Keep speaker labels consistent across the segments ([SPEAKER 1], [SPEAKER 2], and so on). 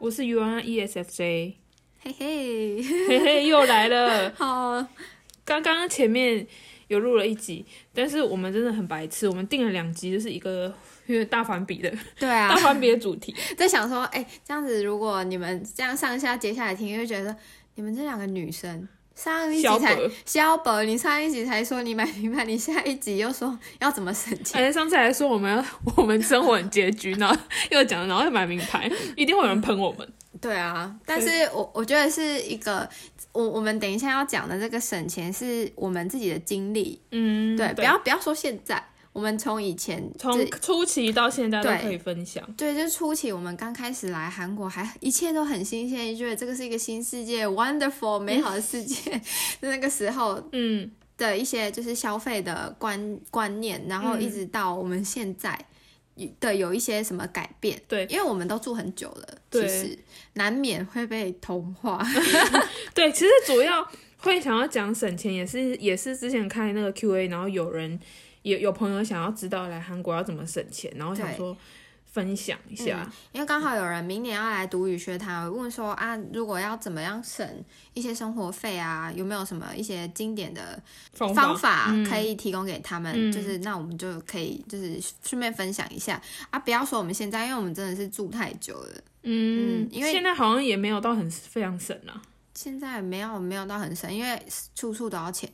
[SPEAKER 1] ，E
[SPEAKER 2] 是 U E N ESFJ，
[SPEAKER 1] 嘿嘿， 哦
[SPEAKER 2] 嘿嘿， 又来了。
[SPEAKER 1] 好，
[SPEAKER 2] 刚刚前面有录了一集，但是我们真的很白痴，我们定了两集，就是一个有点大反比的、
[SPEAKER 1] 对
[SPEAKER 2] 大
[SPEAKER 1] 啊，
[SPEAKER 2] 反比的主题。
[SPEAKER 1] 在想说，哎、这样子如果你们这样上下接下来听，就会觉得你们这两个女生上一集
[SPEAKER 2] 小
[SPEAKER 1] 才
[SPEAKER 2] 本，
[SPEAKER 1] 肖博，你上一集才说你买名牌，你下一集又说要怎么省钱，
[SPEAKER 2] 而哎且上次还说我们要 我们生活很拮据，然后 又讲然后又买名牌，一定会有人喷我们。
[SPEAKER 1] 对啊，但是我我觉得是一个，我我们等一下要讲的这个省钱是我们自己的经历，
[SPEAKER 2] 嗯，
[SPEAKER 1] 对，不要不要说现在，我们从以前
[SPEAKER 2] 从
[SPEAKER 1] 自
[SPEAKER 2] 初期到现在都
[SPEAKER 1] 对
[SPEAKER 2] 可以分享。
[SPEAKER 1] 对，就是初期我们刚开始来韩国还一切都很新鲜，觉得这个是一个新世界，wonderful 美好的世界。 那个时候
[SPEAKER 2] 嗯，
[SPEAKER 1] 的一些就是消费的观观念，然后一直到我们现在的有一些什么改变。
[SPEAKER 2] 对
[SPEAKER 1] 因为我们都住很久了，
[SPEAKER 2] 对
[SPEAKER 1] 其实难免会被同化。
[SPEAKER 2] 对，其实主要会想要讲省钱，也是也是之前看那个 Q&A，然后有人也有朋友想要知道来韩国要怎么省钱，然后想
[SPEAKER 1] 对嗯
[SPEAKER 2] 说分享一下。
[SPEAKER 1] 因为刚好有人明年要来读语学堂，问说啊，如果要怎么样省一些生活费啊，有没有什么一些经典的
[SPEAKER 2] 方
[SPEAKER 1] 方法可以提供给他们，
[SPEAKER 2] 嗯
[SPEAKER 1] 就是那我们就可以就是顺便分享一下啊，不要说我们现在，因为我们真的是住太久了，
[SPEAKER 2] 嗯
[SPEAKER 1] 嗯，因为
[SPEAKER 2] 现在好像也没有到很非常省啊。
[SPEAKER 1] 现在没有没有到很深，因为处处都要钱，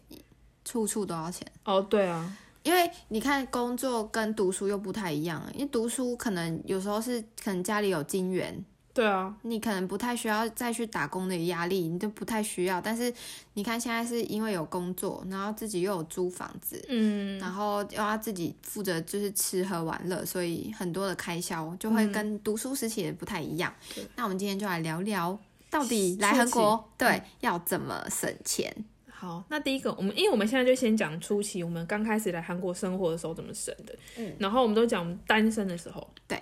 [SPEAKER 1] 处处都要钱。
[SPEAKER 2] 哦，对啊，
[SPEAKER 1] 因为你看，工作跟读书又不太一样，因为读书可能有时候是可能家里有金源，
[SPEAKER 2] 对啊，
[SPEAKER 1] 你可能不太需要再去打工的压力，你就不太需要。但是你看现在是因为有工作，然后自己又有租房子，
[SPEAKER 2] 嗯，
[SPEAKER 1] 然后又要自己负责就是吃喝玩乐，所以很多的开销就会跟读书时期也不太一样。
[SPEAKER 2] 嗯对
[SPEAKER 1] 那我们今天就来聊聊，到底
[SPEAKER 2] 初
[SPEAKER 1] 来韩国对、
[SPEAKER 2] 嗯
[SPEAKER 1] 要怎么省钱？
[SPEAKER 2] 好，那第一个，我们因为我们现在就先讲初期，我们刚开始来韩国生活的时候怎么省的，
[SPEAKER 1] 嗯，
[SPEAKER 2] 然后我们都讲我们单身的时候，
[SPEAKER 1] 对。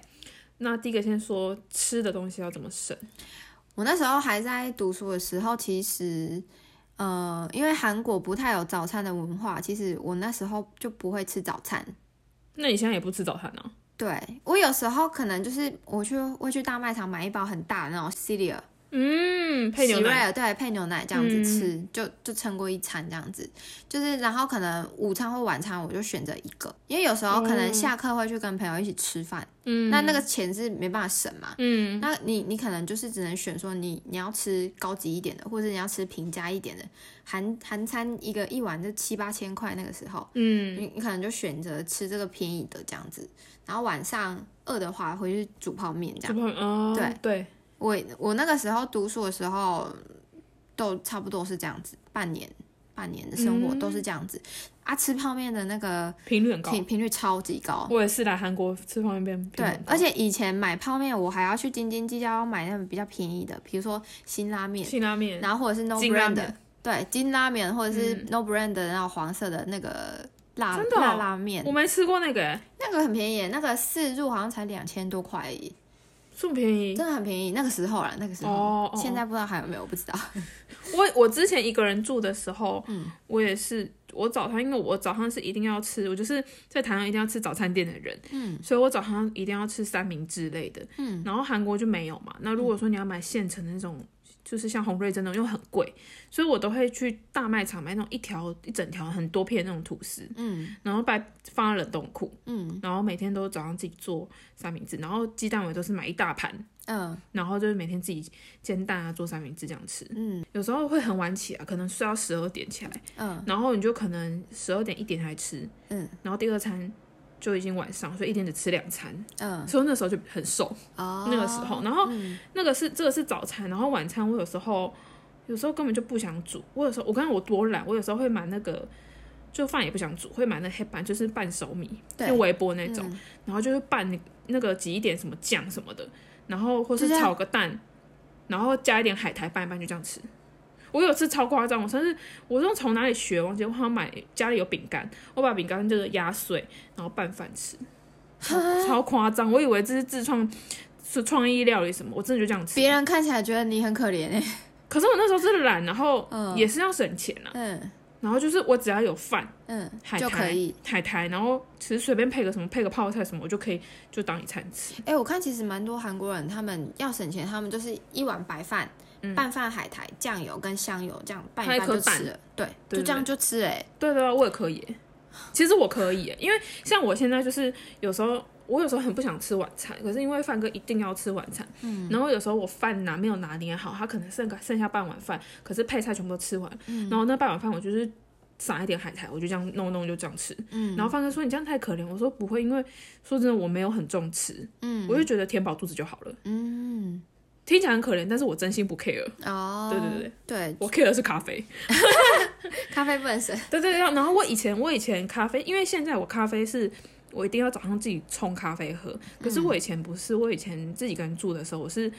[SPEAKER 2] 那第一个先说吃的东西要怎么省，
[SPEAKER 1] 我那时候还在读书的时候，其实。呃，因为韩国不太有早餐的文化，其实我那时候就不会吃早餐。
[SPEAKER 2] 那你现在也不吃早餐啊？
[SPEAKER 1] 对我有时候可能就是我去会去大卖场买一包很大的那种 cereal，
[SPEAKER 2] 嗯，配牛
[SPEAKER 1] 喜瑞
[SPEAKER 2] 奶。嗯
[SPEAKER 1] 尔对，配牛奶这样子吃，就就撑过一餐这样子。就是然后可能午餐或晚餐我就选择一个，因为有时候可能下课会去跟朋友一起吃饭，
[SPEAKER 2] 哦嗯，
[SPEAKER 1] 那那个钱是没办法省嘛。
[SPEAKER 2] 嗯，
[SPEAKER 1] 那你你可能就是只能选说你你要吃高级一点的，或者你要吃平价一点的，韩韩餐一个一碗就七八千块那个时候，
[SPEAKER 2] 嗯，
[SPEAKER 1] 你你可能就选择吃这个便宜的这样子，然后晚上饿的话回去煮泡面这样
[SPEAKER 2] 这。方面哦，
[SPEAKER 1] 对
[SPEAKER 2] 对，
[SPEAKER 1] 我我那个时候读书的时候，都差不多是这样子，半年半年的生活
[SPEAKER 2] 嗯
[SPEAKER 1] 都是这样子、啊。吃泡面的那个
[SPEAKER 2] 频率很高。
[SPEAKER 1] 频频率超级高，
[SPEAKER 2] 我也是来韩国吃方便面，
[SPEAKER 1] 对，而且以前买泡面我还要去斤斤计较，要买那种比较便宜的，比如说辛拉面，
[SPEAKER 2] 辛拉面，
[SPEAKER 1] 然后或者是 no
[SPEAKER 2] 金拉
[SPEAKER 1] brand
[SPEAKER 2] 面嗯
[SPEAKER 1] 的，对，金拉面或者是 no brand 的那种黄色的那个辣、
[SPEAKER 2] 真的哦
[SPEAKER 1] 辣拉面
[SPEAKER 2] 我，没吃过那个，哎，
[SPEAKER 1] 那个很便宜，那个四入好像才两千多块而已，
[SPEAKER 2] 这么便宜。
[SPEAKER 1] 真的很便宜。那个时候啦，那个时候，
[SPEAKER 2] 哦哦
[SPEAKER 1] 现在不知道还有没有，我不 知道。
[SPEAKER 2] 我我之前一个人住的时候，
[SPEAKER 1] 嗯
[SPEAKER 2] 我也是，我早上因为我早上是一定要吃，我就是在台湾一定要吃早餐店的人，
[SPEAKER 1] 嗯，
[SPEAKER 2] 所以我早上一定要吃三明治类的，
[SPEAKER 1] 嗯，
[SPEAKER 2] 然后韩国就没有嘛。那如果说你要买现成的那种，就是像红瑞珍那种，又很贵，所以我都会去大卖场买那种一条一整条很多片的那种吐司，
[SPEAKER 1] 嗯
[SPEAKER 2] 然后把放在冷冻库，
[SPEAKER 1] 嗯
[SPEAKER 2] 然后每天都早上自己做三明治，然后鸡蛋我也都是买一大盘，
[SPEAKER 1] 嗯
[SPEAKER 2] 然后就是每天自己煎蛋啊做三明治这样吃。
[SPEAKER 1] 嗯
[SPEAKER 2] 有时候会很晚起来，啊可能睡到十二点起来，
[SPEAKER 1] 嗯
[SPEAKER 2] 然后你就可能十二点一点才吃，
[SPEAKER 1] 嗯
[SPEAKER 2] 然后第二餐就已经晚上，所以一天只吃两餐，
[SPEAKER 1] 嗯，
[SPEAKER 2] 所以那时候就很瘦
[SPEAKER 1] 哦，
[SPEAKER 2] 那个时候。然后
[SPEAKER 1] 嗯
[SPEAKER 2] 那个是这个是早餐，然后晚餐我有时候有时候根本就不想煮，我有时候我刚刚我多懒，我有时候会买那个。就饭也不想煮，会买那黑板，就是半熟米，
[SPEAKER 1] 对
[SPEAKER 2] 就微波那种。
[SPEAKER 1] 嗯
[SPEAKER 2] 然后就是拌那个挤一点什么酱什么的，然后或是
[SPEAKER 1] 就这样
[SPEAKER 2] 炒个蛋，然后加一点海苔拌一拌，就这样吃。我有次超夸张，我甚至我是从哪里学，忘记我好像买家里有饼干，我把饼干这个压碎，然后拌饭吃，超超夸张。我以为这是自创是创意料理什么，我真的就这样吃。
[SPEAKER 1] 别人看起来觉得你很可怜哎、
[SPEAKER 2] 可是我那时候是懒，然后
[SPEAKER 1] 嗯
[SPEAKER 2] 也是要省钱啊，
[SPEAKER 1] 嗯，
[SPEAKER 2] 然后就是我只要有饭、
[SPEAKER 1] 嗯，
[SPEAKER 2] 海
[SPEAKER 1] 就可
[SPEAKER 2] 苔
[SPEAKER 1] 以。
[SPEAKER 2] 海苔，然后其实随便配个什么，配个泡菜什么，我就可以就当一餐吃。
[SPEAKER 1] 哎、我看其实蛮多韩国人，他们要省钱，他们就是一碗白饭、
[SPEAKER 2] 嗯
[SPEAKER 1] 拌饭、海苔、酱油跟香油这样拌
[SPEAKER 2] 还
[SPEAKER 1] 一
[SPEAKER 2] 有
[SPEAKER 1] 拌
[SPEAKER 2] 可
[SPEAKER 1] 就
[SPEAKER 2] 拌
[SPEAKER 1] 吃了，对，
[SPEAKER 2] 对
[SPEAKER 1] 就这样就吃哎、
[SPEAKER 2] 对对啊，我也可以耶。其实我可以耶，因为像我现在就是有时候，我有时候很不想吃晚餐，可是因为范哥一定要吃晚餐，嗯，然后有时候我饭拿没有拿捏好，他可能剩个剩下半碗饭，可是配菜全部都吃完，然后那半碗饭我就是撒一点海苔，我就这样弄一弄就这样吃，嗯，然后范哥说你这样太可怜，我说不会，因为说真的我没有很重吃，嗯，我就觉得填饱肚子就好了，嗯，听起来很可怜，但是我真心不 care，
[SPEAKER 1] 哦，
[SPEAKER 2] 对对对
[SPEAKER 1] 对
[SPEAKER 2] 我 care 的是咖啡。
[SPEAKER 1] 咖啡不能省，
[SPEAKER 2] 对对对，然后我以前我以前咖啡，因为现在我咖啡是我一定要早上自己冲咖啡喝，
[SPEAKER 1] 嗯
[SPEAKER 2] 可是我以前不是，我以前自己一个人住的时候，我是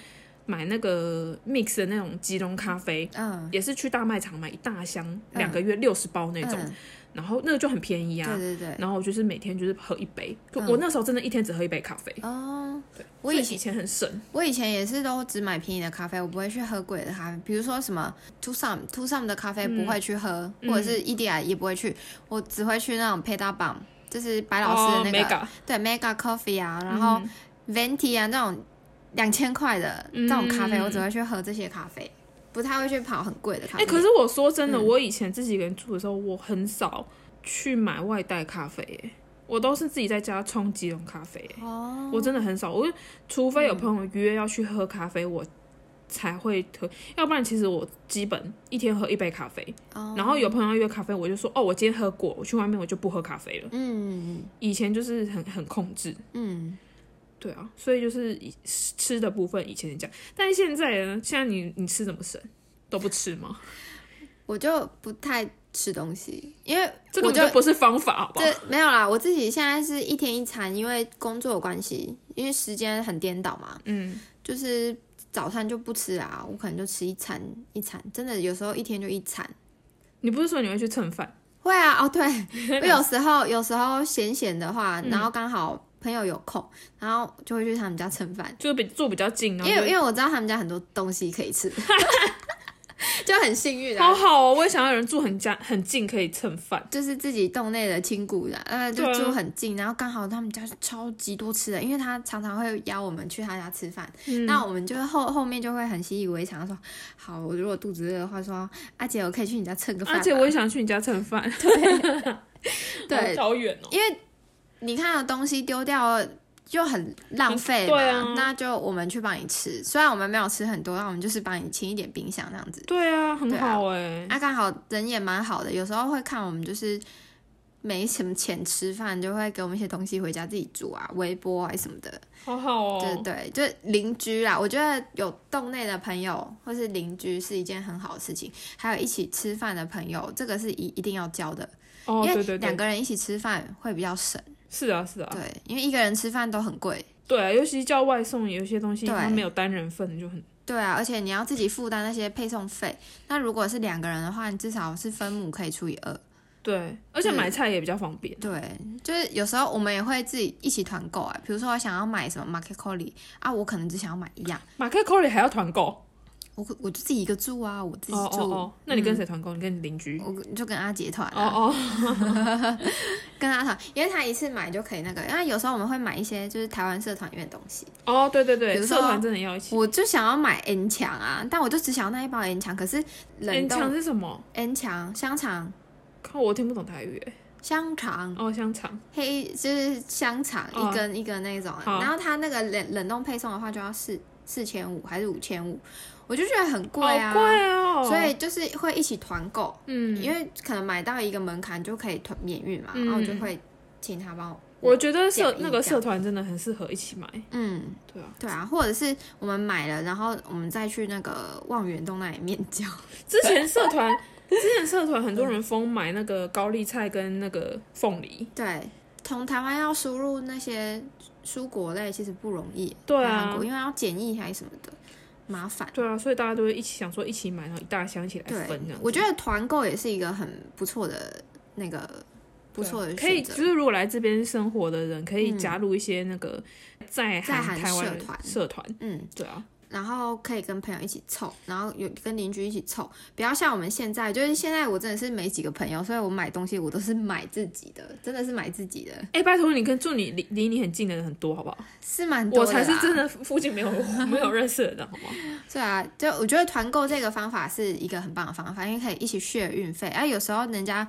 [SPEAKER 2] 买那个 mix 的那种即溶咖啡，
[SPEAKER 1] 嗯，
[SPEAKER 2] 也是去大卖场买一大箱，
[SPEAKER 1] 嗯
[SPEAKER 2] 两个月六十包那种，
[SPEAKER 1] 嗯
[SPEAKER 2] 然后那个就很便宜啊。
[SPEAKER 1] 对对对，
[SPEAKER 2] 然后我就是每天就是喝一杯，可我那时候真的一天只喝一杯咖啡，
[SPEAKER 1] 哦，我
[SPEAKER 2] 所以
[SPEAKER 1] 以
[SPEAKER 2] 以前很省。
[SPEAKER 1] 我以前也是都只买便宜的咖啡，我不会去喝贵的咖啡，比如说什么 Two Some Two Some 的咖啡不会去喝，
[SPEAKER 2] 嗯
[SPEAKER 1] 或者是 EDI 也不会去，我只会去那种 p e d a b a m 就是白老师的那个，
[SPEAKER 2] 哦
[SPEAKER 1] 对 Mega Coffee 啊，
[SPEAKER 2] ，mega，
[SPEAKER 1] 然后
[SPEAKER 2] 嗯
[SPEAKER 1] Venti 啊那种两千块的
[SPEAKER 2] 嗯
[SPEAKER 1] 这种咖啡，我只会去喝这些咖啡，不太会去跑很贵的咖啡。
[SPEAKER 2] 哎、
[SPEAKER 1] 嗯
[SPEAKER 2] 可是我说真的，我以前自己一个人住的时候，我很少去买外带咖啡、欸，我都是自己在家冲即溶咖啡、欸。
[SPEAKER 1] 哦，
[SPEAKER 2] 我真的很少，我除非有朋友约要去喝咖啡，我才会喝，要不然其实我基本一天喝一杯咖啡。
[SPEAKER 1] 哦
[SPEAKER 2] 然后有朋友约咖啡，我就说哦，我今天喝过，我去外面我就不喝咖啡了。
[SPEAKER 1] 嗯
[SPEAKER 2] 以前就是很很控制，
[SPEAKER 1] 嗯，
[SPEAKER 2] 对啊，所以就是以吃的部分以前是这样，但是现在呢，现在你你吃怎么省？都不吃吗？
[SPEAKER 1] 我就不太吃东西，因为
[SPEAKER 2] 这
[SPEAKER 1] 我
[SPEAKER 2] 个
[SPEAKER 1] 就
[SPEAKER 2] 就不是方法，好不好？
[SPEAKER 1] 这没有啦，我自己现在是一天一餐，因为工作的关系，因为时间很颠倒嘛，
[SPEAKER 2] 嗯，
[SPEAKER 1] 就是早餐就不吃啊，我可能就吃一餐一餐，真的有时候一天就一餐。
[SPEAKER 2] 你不是说你会去蹭饭？
[SPEAKER 1] 会啊， 哦对，我有时候有时候闲闲的话，
[SPEAKER 2] 嗯
[SPEAKER 1] 然后刚好朋友有空，然后就会去他们家蹭饭，
[SPEAKER 2] 就是比住比较近，然
[SPEAKER 1] 因为
[SPEAKER 2] 后
[SPEAKER 1] 因为我知道他们家很多东西可以吃， 就很幸运
[SPEAKER 2] 就
[SPEAKER 1] 啊
[SPEAKER 2] 好。好哦，我也想要有人住很家很近可以蹭饭。
[SPEAKER 1] 就是自己洞内的亲骨的，呃，就
[SPEAKER 2] 对啊
[SPEAKER 1] 住很近，然后刚好他们家超级多吃的，因为他常常会邀我们去他家吃饭，
[SPEAKER 2] 嗯
[SPEAKER 1] 那我们就后后面就会很习以为常说，好，我如果肚子饿的话说，阿姐我可以去你家蹭个饭吧，
[SPEAKER 2] 而且我也想去你家 蹭饭，
[SPEAKER 1] 对
[SPEAKER 2] 好远哦。
[SPEAKER 1] 你看到东西丢掉了就很浪费嘛，
[SPEAKER 2] 对啊
[SPEAKER 1] 那就我们去帮你吃，虽然我们没有吃很多，那我们就是帮你清一点冰箱这样子。
[SPEAKER 2] 对啊，很
[SPEAKER 1] 对啊
[SPEAKER 2] 好哎。
[SPEAKER 1] 啊，刚好人也蛮好的，有时候会看我们就是没什么钱吃饭，就会给我们一些东西回家自己煮啊，微波啊什么的。
[SPEAKER 2] 好好哦，
[SPEAKER 1] 对对，就是邻居啦，我觉得有洞内的朋友或是邻居是一件很好的事情，还有一起吃饭的朋友，这个是一一定要交的，
[SPEAKER 2] 哦，
[SPEAKER 1] 因
[SPEAKER 2] 对
[SPEAKER 1] 为
[SPEAKER 2] 对
[SPEAKER 1] 两
[SPEAKER 2] 对，
[SPEAKER 1] 个人一起吃饭会比较省。
[SPEAKER 2] 是啊是啊，
[SPEAKER 1] 对，因为一个人吃饭都很贵。
[SPEAKER 2] 对啊，尤其叫外送，有些东西
[SPEAKER 1] 对
[SPEAKER 2] 它没有单人份就很
[SPEAKER 1] 对啊，而且你要自己负担那些配送费。那如果是两个人的话，你至少是分母可以除以二。
[SPEAKER 2] 对，而且买菜也比较方便。
[SPEAKER 1] 对，就是有时候我们也会自己一起团购啊，比如说我想要买什么 Market c o l l y 啊，我可能只想要买一样，
[SPEAKER 2] 马克 c o r y 还要团购
[SPEAKER 1] 我可我就自己一个住啊，我自己
[SPEAKER 2] 哦
[SPEAKER 1] 住，嗯
[SPEAKER 2] 哦哦，那你跟谁团购？你跟你邻居？
[SPEAKER 1] 我就跟阿杰团、
[SPEAKER 2] 哦
[SPEAKER 1] 啊，
[SPEAKER 2] 哦，
[SPEAKER 1] 跟他团，因为他一次买就可以那个，因为有时候我们会买一些就是台湾社团里面的东西，
[SPEAKER 2] 哦，对对
[SPEAKER 1] 比
[SPEAKER 2] 对，
[SPEAKER 1] 如
[SPEAKER 2] 社
[SPEAKER 1] 说
[SPEAKER 2] 团真的要一起。
[SPEAKER 1] 我就想要买 N 强啊，但我就只想要那一包 N 强，可是冷
[SPEAKER 2] 你
[SPEAKER 1] 冻
[SPEAKER 2] 强是什么？
[SPEAKER 1] N 强香肠
[SPEAKER 2] 靠，我听不懂台语欸。
[SPEAKER 1] 香肠
[SPEAKER 2] 哦，香肠。
[SPEAKER 1] 黑就是香肠
[SPEAKER 2] 哦
[SPEAKER 1] 一根一根那种啊，
[SPEAKER 2] 好
[SPEAKER 1] 然后它那个冷冷冻配送的话就要四四千五还是五千五，我就觉得很贵啊，
[SPEAKER 2] 好贵哦。
[SPEAKER 1] 所以就是会一起团购，
[SPEAKER 2] 嗯，
[SPEAKER 1] 因为可能买到一个门槛就可以团免运嘛，
[SPEAKER 2] 嗯
[SPEAKER 1] 然后我就会请他帮我，
[SPEAKER 2] 我觉得社
[SPEAKER 1] 建议
[SPEAKER 2] 那个
[SPEAKER 1] 这样
[SPEAKER 2] 社团真的很适合一起买，
[SPEAKER 1] 嗯，
[SPEAKER 2] 对啊。
[SPEAKER 1] 对啊，或者是我们买了，然后我们再去那个望远洞那里面交，
[SPEAKER 2] 之前社团，之前社团很多人疯买那个高丽菜跟那个凤梨，
[SPEAKER 1] 对，从台湾要输入那些蔬果类其实不容易，
[SPEAKER 2] 对
[SPEAKER 1] 来韩
[SPEAKER 2] 啊
[SPEAKER 1] 国，因为要检疫还是什么的，麻烦。
[SPEAKER 2] 对啊，所以大家都会一起想说一起买，然后一大箱一起来
[SPEAKER 1] 对
[SPEAKER 2] 分这样，子。
[SPEAKER 1] 我觉得团购也是一个很不错的那个不错的
[SPEAKER 2] 对啊可以
[SPEAKER 1] 选
[SPEAKER 2] 就
[SPEAKER 1] 择。嗯
[SPEAKER 2] 是如果来这边生活的人，可以加入一些那个在
[SPEAKER 1] 在韩
[SPEAKER 2] 台湾
[SPEAKER 1] 社
[SPEAKER 2] 的
[SPEAKER 1] 团
[SPEAKER 2] 社团，
[SPEAKER 1] 嗯，
[SPEAKER 2] 对啊，
[SPEAKER 1] 然后可以跟朋友一起凑，然后有跟邻居一起凑，不要像我们现在，就是现在我真的是没几个朋友，所以我买东西我都是买自己的，真的是买自己的，
[SPEAKER 2] 哎、拜托你跟住你离离你很近的人很多，好不好？
[SPEAKER 1] 是蛮多
[SPEAKER 2] 我
[SPEAKER 1] 的啦。
[SPEAKER 2] 才是真的附近没有 没有认识的人，好吗？
[SPEAKER 1] 对啊，就我觉得团购这个方法是一个很棒的方法，因为可以一起 share 运费，啊，有时候人家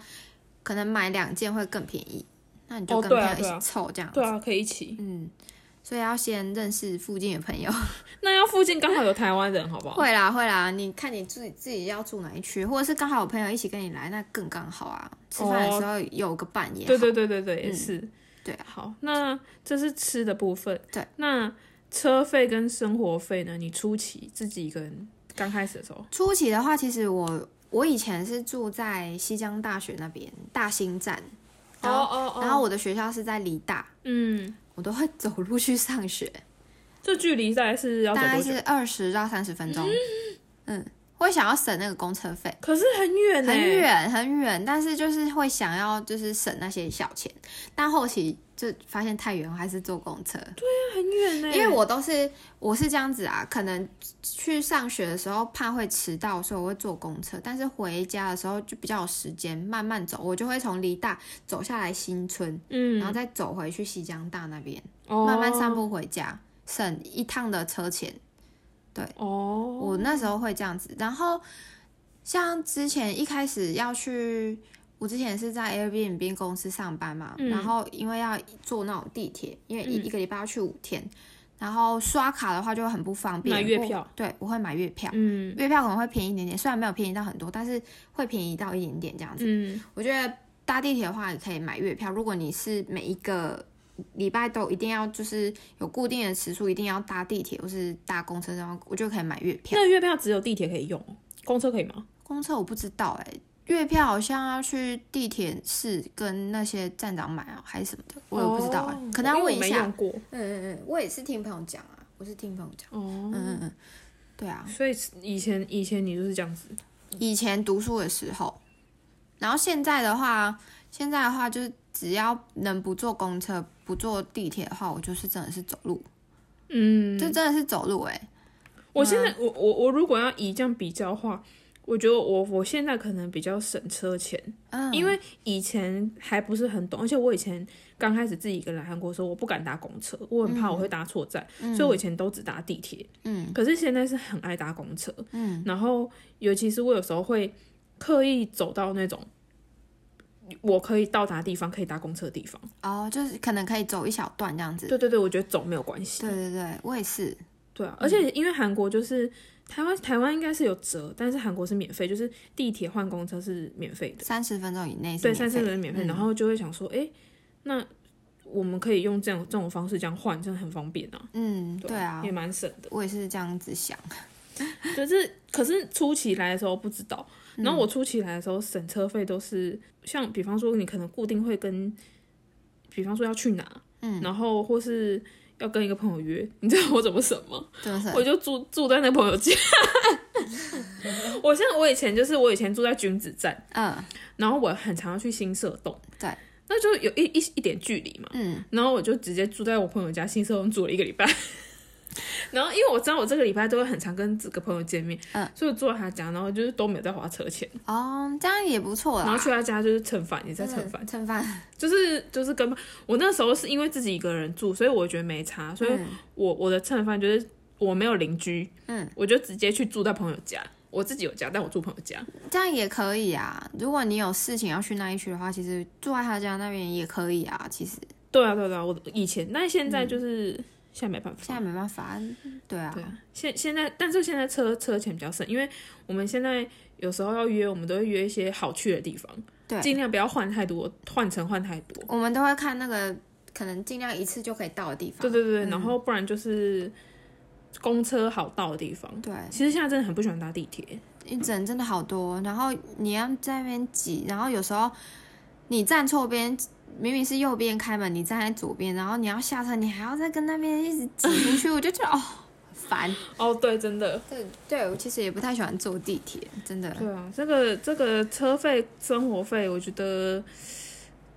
[SPEAKER 1] 可能买两件会更便宜，那你就
[SPEAKER 2] 哦
[SPEAKER 1] 跟朋
[SPEAKER 2] 对啊
[SPEAKER 1] 友一
[SPEAKER 2] 对啊
[SPEAKER 1] 起凑这样子，
[SPEAKER 2] 对啊，可以一起。
[SPEAKER 1] 嗯，所以要先认识附近的朋友。
[SPEAKER 2] 那要附近刚好有台湾人，好不好？
[SPEAKER 1] 会啦会啦，你看你自己自己要住哪一区，或者是刚好有朋友一起跟你来，那更刚好啊。吃饭的时候有个伴也好。
[SPEAKER 2] 哦对对对对对，也
[SPEAKER 1] 嗯
[SPEAKER 2] 是。
[SPEAKER 1] 对啊
[SPEAKER 2] 好，那这是吃的部分。
[SPEAKER 1] 对，
[SPEAKER 2] 那车费跟生活费呢？你初期自己一个人刚开始的时候，
[SPEAKER 1] 初期的话，其实我我以前是住在西江大学那边大兴站，然后、
[SPEAKER 2] 哦
[SPEAKER 1] 然后我的学校是在梨大，
[SPEAKER 2] 嗯，
[SPEAKER 1] 我都会走路去上学，
[SPEAKER 2] 这距离大概是 要走
[SPEAKER 1] 大概
[SPEAKER 2] 多久？
[SPEAKER 1] 是二十到三十分钟。嗯，会想要省那个公车费。
[SPEAKER 2] 可是很远呢、
[SPEAKER 1] 很远很远，但是就是会想要就是省那些小钱，但后期就发现太远，我还是坐公车。
[SPEAKER 2] 很远呢、
[SPEAKER 1] 因为我都是我是这样子啊，可能去上学的时候怕会迟到，所以我会坐公车。但是回家的时候就比较有时间，慢慢走，我就会从梨大走下来新村，
[SPEAKER 2] 嗯
[SPEAKER 1] 然后再走回去西江大那边，
[SPEAKER 2] 哦
[SPEAKER 1] 慢慢散步回家，省一趟的车钱。
[SPEAKER 2] 哦，
[SPEAKER 1] 我那时候会这样子，然后像之前一开始要去，我之前是在 Airbnb 公司上班嘛，
[SPEAKER 2] 嗯
[SPEAKER 1] 然后因为要坐那种地铁，因为一、
[SPEAKER 2] 嗯
[SPEAKER 1] 一个礼拜要去五天，然后刷卡的话就很不方便。
[SPEAKER 2] 买月
[SPEAKER 1] 我
[SPEAKER 2] 票？
[SPEAKER 1] 对，我会买月票，
[SPEAKER 2] 嗯
[SPEAKER 1] 月票可能会便宜一点点，虽然没有便宜到很多，但是会便宜到一点点这样子。
[SPEAKER 2] 嗯
[SPEAKER 1] 我觉得搭地铁的话也可以买月票，如果你是每一个礼拜都一定要就是有固定的时数，一定要搭地铁或是搭公车，然后我就可以买月票。
[SPEAKER 2] 那月票只有地铁可以用哦，公车可以吗？
[SPEAKER 1] 公车我不知道哎、月票好像要去地铁室跟那些站长买啊，还是什么的，我也不知道哎、
[SPEAKER 2] 哦
[SPEAKER 1] 可能要
[SPEAKER 2] 因为
[SPEAKER 1] 问
[SPEAKER 2] 我
[SPEAKER 1] 一
[SPEAKER 2] 没
[SPEAKER 1] 下
[SPEAKER 2] 用。过
[SPEAKER 1] 嗯嗯嗯，我也是听朋友讲啊，我是听朋友讲。
[SPEAKER 2] 哦
[SPEAKER 1] 嗯。嗯嗯，对啊，
[SPEAKER 2] 所以以前以前你就是这样子，
[SPEAKER 1] 以前读书的时候，然后现在的话，现在的话就是只要能不坐公车、不坐地铁的话，我就是真的是走路，
[SPEAKER 2] 嗯，
[SPEAKER 1] 就真的是走路哎、
[SPEAKER 2] 我现
[SPEAKER 1] 啊
[SPEAKER 2] 在我我我如果要以这样比较的话，我觉得我我现在可能比较省车钱，
[SPEAKER 1] 嗯，
[SPEAKER 2] 因为以前还不是很懂，而且我以前刚开始自己一个人来韩国的时候，我不敢搭公车，我很怕我会搭错站，所以我以前都只搭地铁。
[SPEAKER 1] 嗯，
[SPEAKER 2] 可是现在是很爱搭公车，
[SPEAKER 1] 嗯，
[SPEAKER 2] 然后尤其是我有时候会刻意走到那种我可以到达地方可以搭公车的地方。
[SPEAKER 1] 哦，就是可能可以走一小段这样子。
[SPEAKER 2] 对对对，我觉得走没有关系。
[SPEAKER 1] 对对对，我也是。
[SPEAKER 2] 对
[SPEAKER 1] 嗯
[SPEAKER 2] 啊，而且因为韩国就是台湾，台湾应该是有折，但是韩国是免费，就是地铁换公车是免费的，
[SPEAKER 1] 三十分钟以内是
[SPEAKER 2] 对，
[SPEAKER 1] 免
[SPEAKER 2] 三
[SPEAKER 1] 费
[SPEAKER 2] 四
[SPEAKER 1] 的嗯
[SPEAKER 2] 个人免费，然后就会想说，诶，那我们可以用这样这种方式这样换，真的很方便啊，
[SPEAKER 1] 嗯，对啊
[SPEAKER 2] 也，蛮省的。
[SPEAKER 1] 我也是这样子想。
[SPEAKER 2] 可是可是初期来的时候不知道，
[SPEAKER 1] 嗯
[SPEAKER 2] 然后我初期来的时候省车费都是像比方说你可能固定会跟，比方说要去哪，嗯，然后或是要跟一个朋友约，你知道我怎么省吗？
[SPEAKER 1] 真的是
[SPEAKER 2] 我就住住在那朋友 家。我像我以前就是我以前住在君子站，
[SPEAKER 1] 嗯，
[SPEAKER 2] 然后我很常要去新社洞，
[SPEAKER 1] 对，
[SPEAKER 2] 那就有一一一点距离嘛，
[SPEAKER 1] 嗯，
[SPEAKER 2] 然后我就直接住在我朋友家新社洞住了一个礼拜。 然后因为我知道我这个礼拜都会很常跟几个朋友见面，
[SPEAKER 1] 嗯，
[SPEAKER 2] 所以我住在他家，然后就是都没有在花车钱，
[SPEAKER 1] 哦，这样也不错啦。
[SPEAKER 2] 然后去他家就是蹭饭，也在蹭饭，
[SPEAKER 1] 嗯蹭饭，
[SPEAKER 2] 就是就是跟我那时候是因为自己一个人住，所以我觉得没差，所以
[SPEAKER 1] 嗯
[SPEAKER 2] 我我的蹭饭就是我没有邻居，
[SPEAKER 1] 嗯，
[SPEAKER 2] 我就直接去住在朋友家。我自己有家，但我住朋友家。
[SPEAKER 1] 这样也可以啊。如果你有事情要去那一区的话，其实住在他家那边也可以啊。其实
[SPEAKER 2] 对啊，对啊对啊，我以前，但现在就是、现在没办
[SPEAKER 1] 嗯现在。
[SPEAKER 2] 法
[SPEAKER 1] 没办法，对啊，
[SPEAKER 2] 对啊，现现在，但是现在车车钱比较省，因为我们现在有时候要约，我们都会约一些好去的地方，
[SPEAKER 1] 对啊
[SPEAKER 2] 尽量不要换太多，换乘换太多。
[SPEAKER 1] 我们都会看那个可能尽量一次就可以到的地方。
[SPEAKER 2] 对对对，然后不然就是公车好到的地方。
[SPEAKER 1] 对，
[SPEAKER 2] 其实现在真的很不喜欢搭地铁，
[SPEAKER 1] 一整真的好多，哦然后你要在那边挤，然后有时候你站错边，明明是右边开门，你站在左边，然后你要下车，你还要再跟那边一直挤出去，我就觉得哦，很烦。
[SPEAKER 2] 哦，对，真的，
[SPEAKER 1] 对对，我其实也不太喜欢坐地铁，真的。
[SPEAKER 2] 对啊，这个这个车费、生活费，我觉得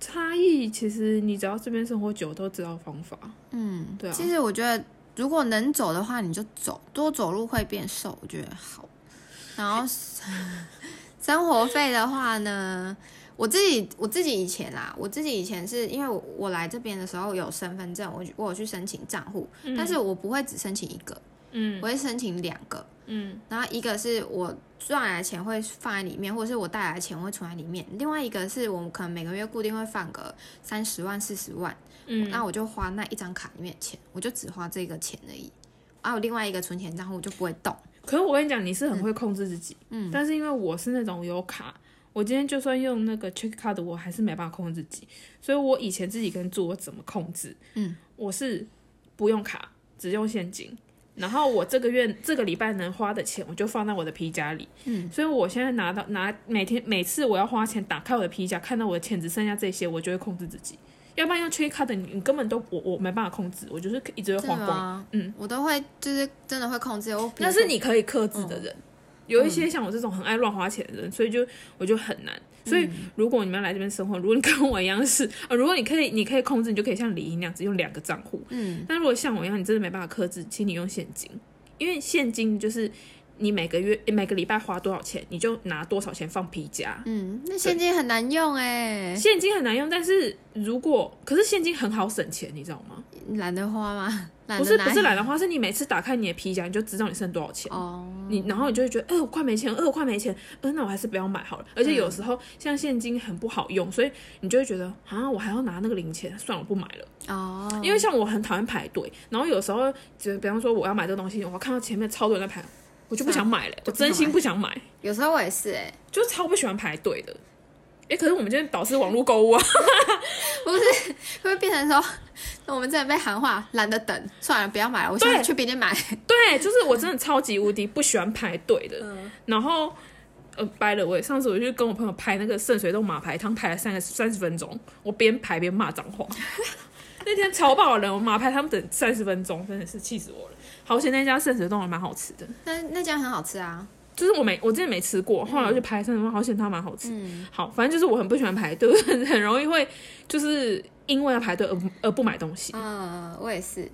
[SPEAKER 2] 差异其实你只要这边生活久都知道方法。
[SPEAKER 1] 嗯，
[SPEAKER 2] 对啊
[SPEAKER 1] 其实我觉得如果能走的话，你就走，多走路会变瘦，我觉得好。然 后生活费的话呢，我自己我自己以前啦，我自己以前是因为我我来这边的时候有身份证，我我有去申请账户，但是我不会只申请一个，
[SPEAKER 2] 嗯
[SPEAKER 1] 我会申请两个，
[SPEAKER 2] 嗯
[SPEAKER 1] 然后一个是我赚来的钱会放在里面，或者是我带来的钱会存在里面，另外一个是我们可能每个月固定会放个三十万四十万，
[SPEAKER 2] 嗯，
[SPEAKER 1] 那我就花那一张卡里面的钱，我就只花这个钱而已。啊，有另外一个存钱账户我就不会动，
[SPEAKER 2] 可是我跟你讲，你是很会控制自己，
[SPEAKER 1] 嗯，
[SPEAKER 2] 但是因为我是那种有卡，我今天就算用那个 check card，我还是没办法控制自己，所以我以前自己跟住我怎么控制？
[SPEAKER 1] 嗯，
[SPEAKER 2] 我是不用卡，只用现金。然后我这个月这个礼拜能花的钱，我就放在我的皮夹里。嗯，所以我现在拿到拿每天每次我要花钱，打开我的皮夹，看到我的钱只剩下这些，我就会控制自己。要不然用 check card，你你根本都我我没办法控制，我就是一直会
[SPEAKER 1] 对
[SPEAKER 2] 花光。
[SPEAKER 1] 吗？
[SPEAKER 2] 嗯，
[SPEAKER 1] 啊我都会就是真的会嗯控制我。
[SPEAKER 2] 那是你可以克制的人。有一些像我这种很爱乱花钱的人，所以就我就很难。所
[SPEAKER 1] 嗯
[SPEAKER 2] 以如果你们要来这边生活，如果你跟我一样是，呃，如果你可以，你可以控制，你就可以像李英那样子用两个账户。
[SPEAKER 1] 嗯，
[SPEAKER 2] 但如果像我一样，你真的没办法克制，请你用现金，因为现金就是你每个月每个礼拜花多少钱，你就拿多少钱放皮夹。
[SPEAKER 1] 嗯，那现金很难用哎、
[SPEAKER 2] 现金很难用，但是如果可是现金很好省钱，你知道吗？
[SPEAKER 1] 懒得花吗？懒
[SPEAKER 2] 不
[SPEAKER 1] 得
[SPEAKER 2] 是
[SPEAKER 1] 拿
[SPEAKER 2] 不是懒得花，是你每次打开你的皮夹，你就知道你剩多少钱。
[SPEAKER 1] 哦，
[SPEAKER 2] 你然后你就会觉得，哎、我快没钱，哎、我快没钱，嗯、那我还是不要买好了。而且有时候像现金很不好用，所以你就会觉得，啊，我还要拿那个零钱，算了，我不买了。
[SPEAKER 1] 哦，
[SPEAKER 2] 因为像我很讨厌排队，然后有时候就比方说我要买这个东西，我看到前面超多人在排，我就不想买了、我
[SPEAKER 1] 就不想
[SPEAKER 2] 真心不想买，
[SPEAKER 1] 有时候我也是哎、
[SPEAKER 2] 就超不喜欢排队的。哎、可是我们今天导师网络购物啊，
[SPEAKER 1] 会变成说我们真的被喊话，懒得等，算了，不要买了，我现在
[SPEAKER 2] 对
[SPEAKER 1] 去别店买。
[SPEAKER 2] 对，就是我真的超级无敌不喜欢排队的。然后，呃，掰了我上次我就跟我朋友排那个圣水洞马排汤，排了三个三十分钟，我边排边骂脏话。那天超爆人，我马排他们等三十分钟，真的是气死我了。好险那家圣水洞还蛮好吃的，
[SPEAKER 1] 那那家很好吃啊，
[SPEAKER 2] 就是我没我之前没吃过，后来我就排圣水洞，好险它蛮好吃。好，反正就是我很不喜欢排队， 我很很容易会就是因为要排队而不而不买东西。
[SPEAKER 1] 嗯，我也是。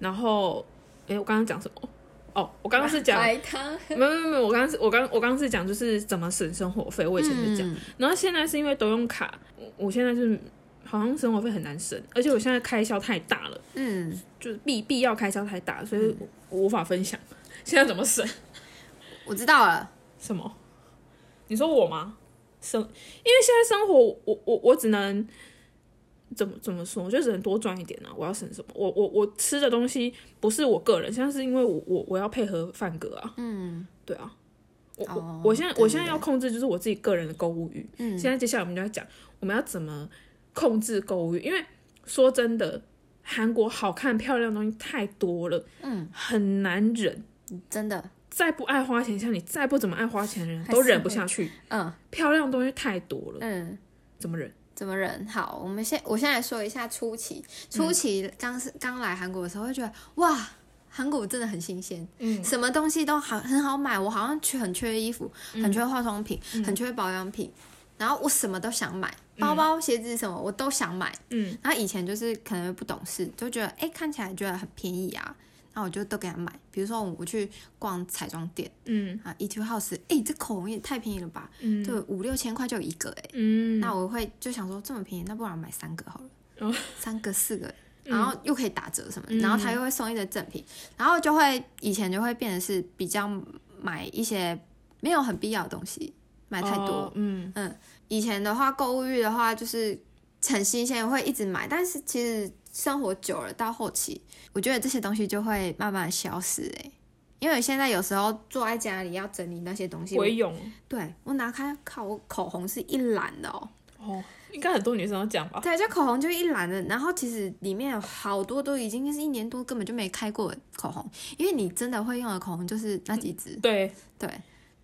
[SPEAKER 2] 然后，哎、我刚刚讲什么？哦，我刚刚是讲
[SPEAKER 1] 白汤，
[SPEAKER 2] 没有没有没有，我刚刚是我刚我刚刚是讲就是怎么省生活费，我以前是这样，
[SPEAKER 1] 嗯
[SPEAKER 2] 然后现在是因为都用卡，我我现在就是好像生活费很难省，而且我现在开销太大了，
[SPEAKER 1] 嗯，
[SPEAKER 2] 就是必必要开销太大，所以我我无法分享现在怎么省
[SPEAKER 1] 我知道了。
[SPEAKER 2] 什么？你说我吗？生，因为现在生活我我我只能怎么怎么说，我就只能多赚一点啊！我要省什么？我我我吃的东西不是我个人，现在是因为我我我要配合范哥啊，
[SPEAKER 1] 嗯
[SPEAKER 2] 对啊，我我、
[SPEAKER 1] 哦
[SPEAKER 2] 我现在
[SPEAKER 1] 对
[SPEAKER 2] 我
[SPEAKER 1] 对
[SPEAKER 2] 现在要控制就是我自己个人的购物欲。
[SPEAKER 1] 嗯
[SPEAKER 2] 现在接下来我们就要讲我们要怎么控制购物欲，因为说真的，韩国好看漂亮的东西太多了，
[SPEAKER 1] 嗯，
[SPEAKER 2] 很难忍。
[SPEAKER 1] 真的，
[SPEAKER 2] 再不爱花钱，像你再不怎么爱花钱的人
[SPEAKER 1] 还
[SPEAKER 2] 都
[SPEAKER 1] 是
[SPEAKER 2] 忍不
[SPEAKER 1] 会
[SPEAKER 2] 下去。
[SPEAKER 1] 嗯
[SPEAKER 2] 漂亮的东西太多了，
[SPEAKER 1] 嗯。
[SPEAKER 2] 怎么忍？
[SPEAKER 1] 怎么忍？好，我们先我先来说一下初期，
[SPEAKER 2] 嗯
[SPEAKER 1] 初期刚是刚来韩国的时候，会觉得哇，韩国真的很新鲜，
[SPEAKER 2] 嗯，
[SPEAKER 1] 什么东西都好很好买，我好像缺很缺衣服，
[SPEAKER 2] 嗯
[SPEAKER 1] 很缺化妆品，很缺保养品，然后我什么都想买，包包、鞋子什么我都想买，
[SPEAKER 2] 嗯，
[SPEAKER 1] 然后以前就是可能不懂事，就觉得哎、看起来觉得很便宜啊。然后我就都给他买，比如说我去逛彩妆店
[SPEAKER 2] 嗯
[SPEAKER 1] 啊，Etude House，哎、这口红也太便宜了吧，
[SPEAKER 2] 嗯
[SPEAKER 1] 就五六千块就有一个哎、
[SPEAKER 2] 嗯，
[SPEAKER 1] 那我会就想说这么便宜，那不然买三个好了，
[SPEAKER 2] 哦
[SPEAKER 1] 三个四个，然后又可以打折什么，
[SPEAKER 2] 嗯
[SPEAKER 1] 然后他又会送一个赠品，然后就会以前就会变得是比较买一些没有很必要的东西，买太多。
[SPEAKER 2] 哦嗯
[SPEAKER 1] 以前的话，购物欲的话就是很新鲜，会一直买，但是其实生活久了，到后期，我觉得这些东西就会慢慢消失、欸。因为现在有时候坐在家里要整理那些东西，我
[SPEAKER 2] 鬼勇
[SPEAKER 1] 对我拿开靠，我口红是一篮的哦、
[SPEAKER 2] 哦，应该很多女生都讲吧？
[SPEAKER 1] 对，就口红就一篮的，然后其实里面有好多都已经是一年多根本就没开过的口红，因为你真的会用的口红就是那几支，
[SPEAKER 2] 对，
[SPEAKER 1] 对，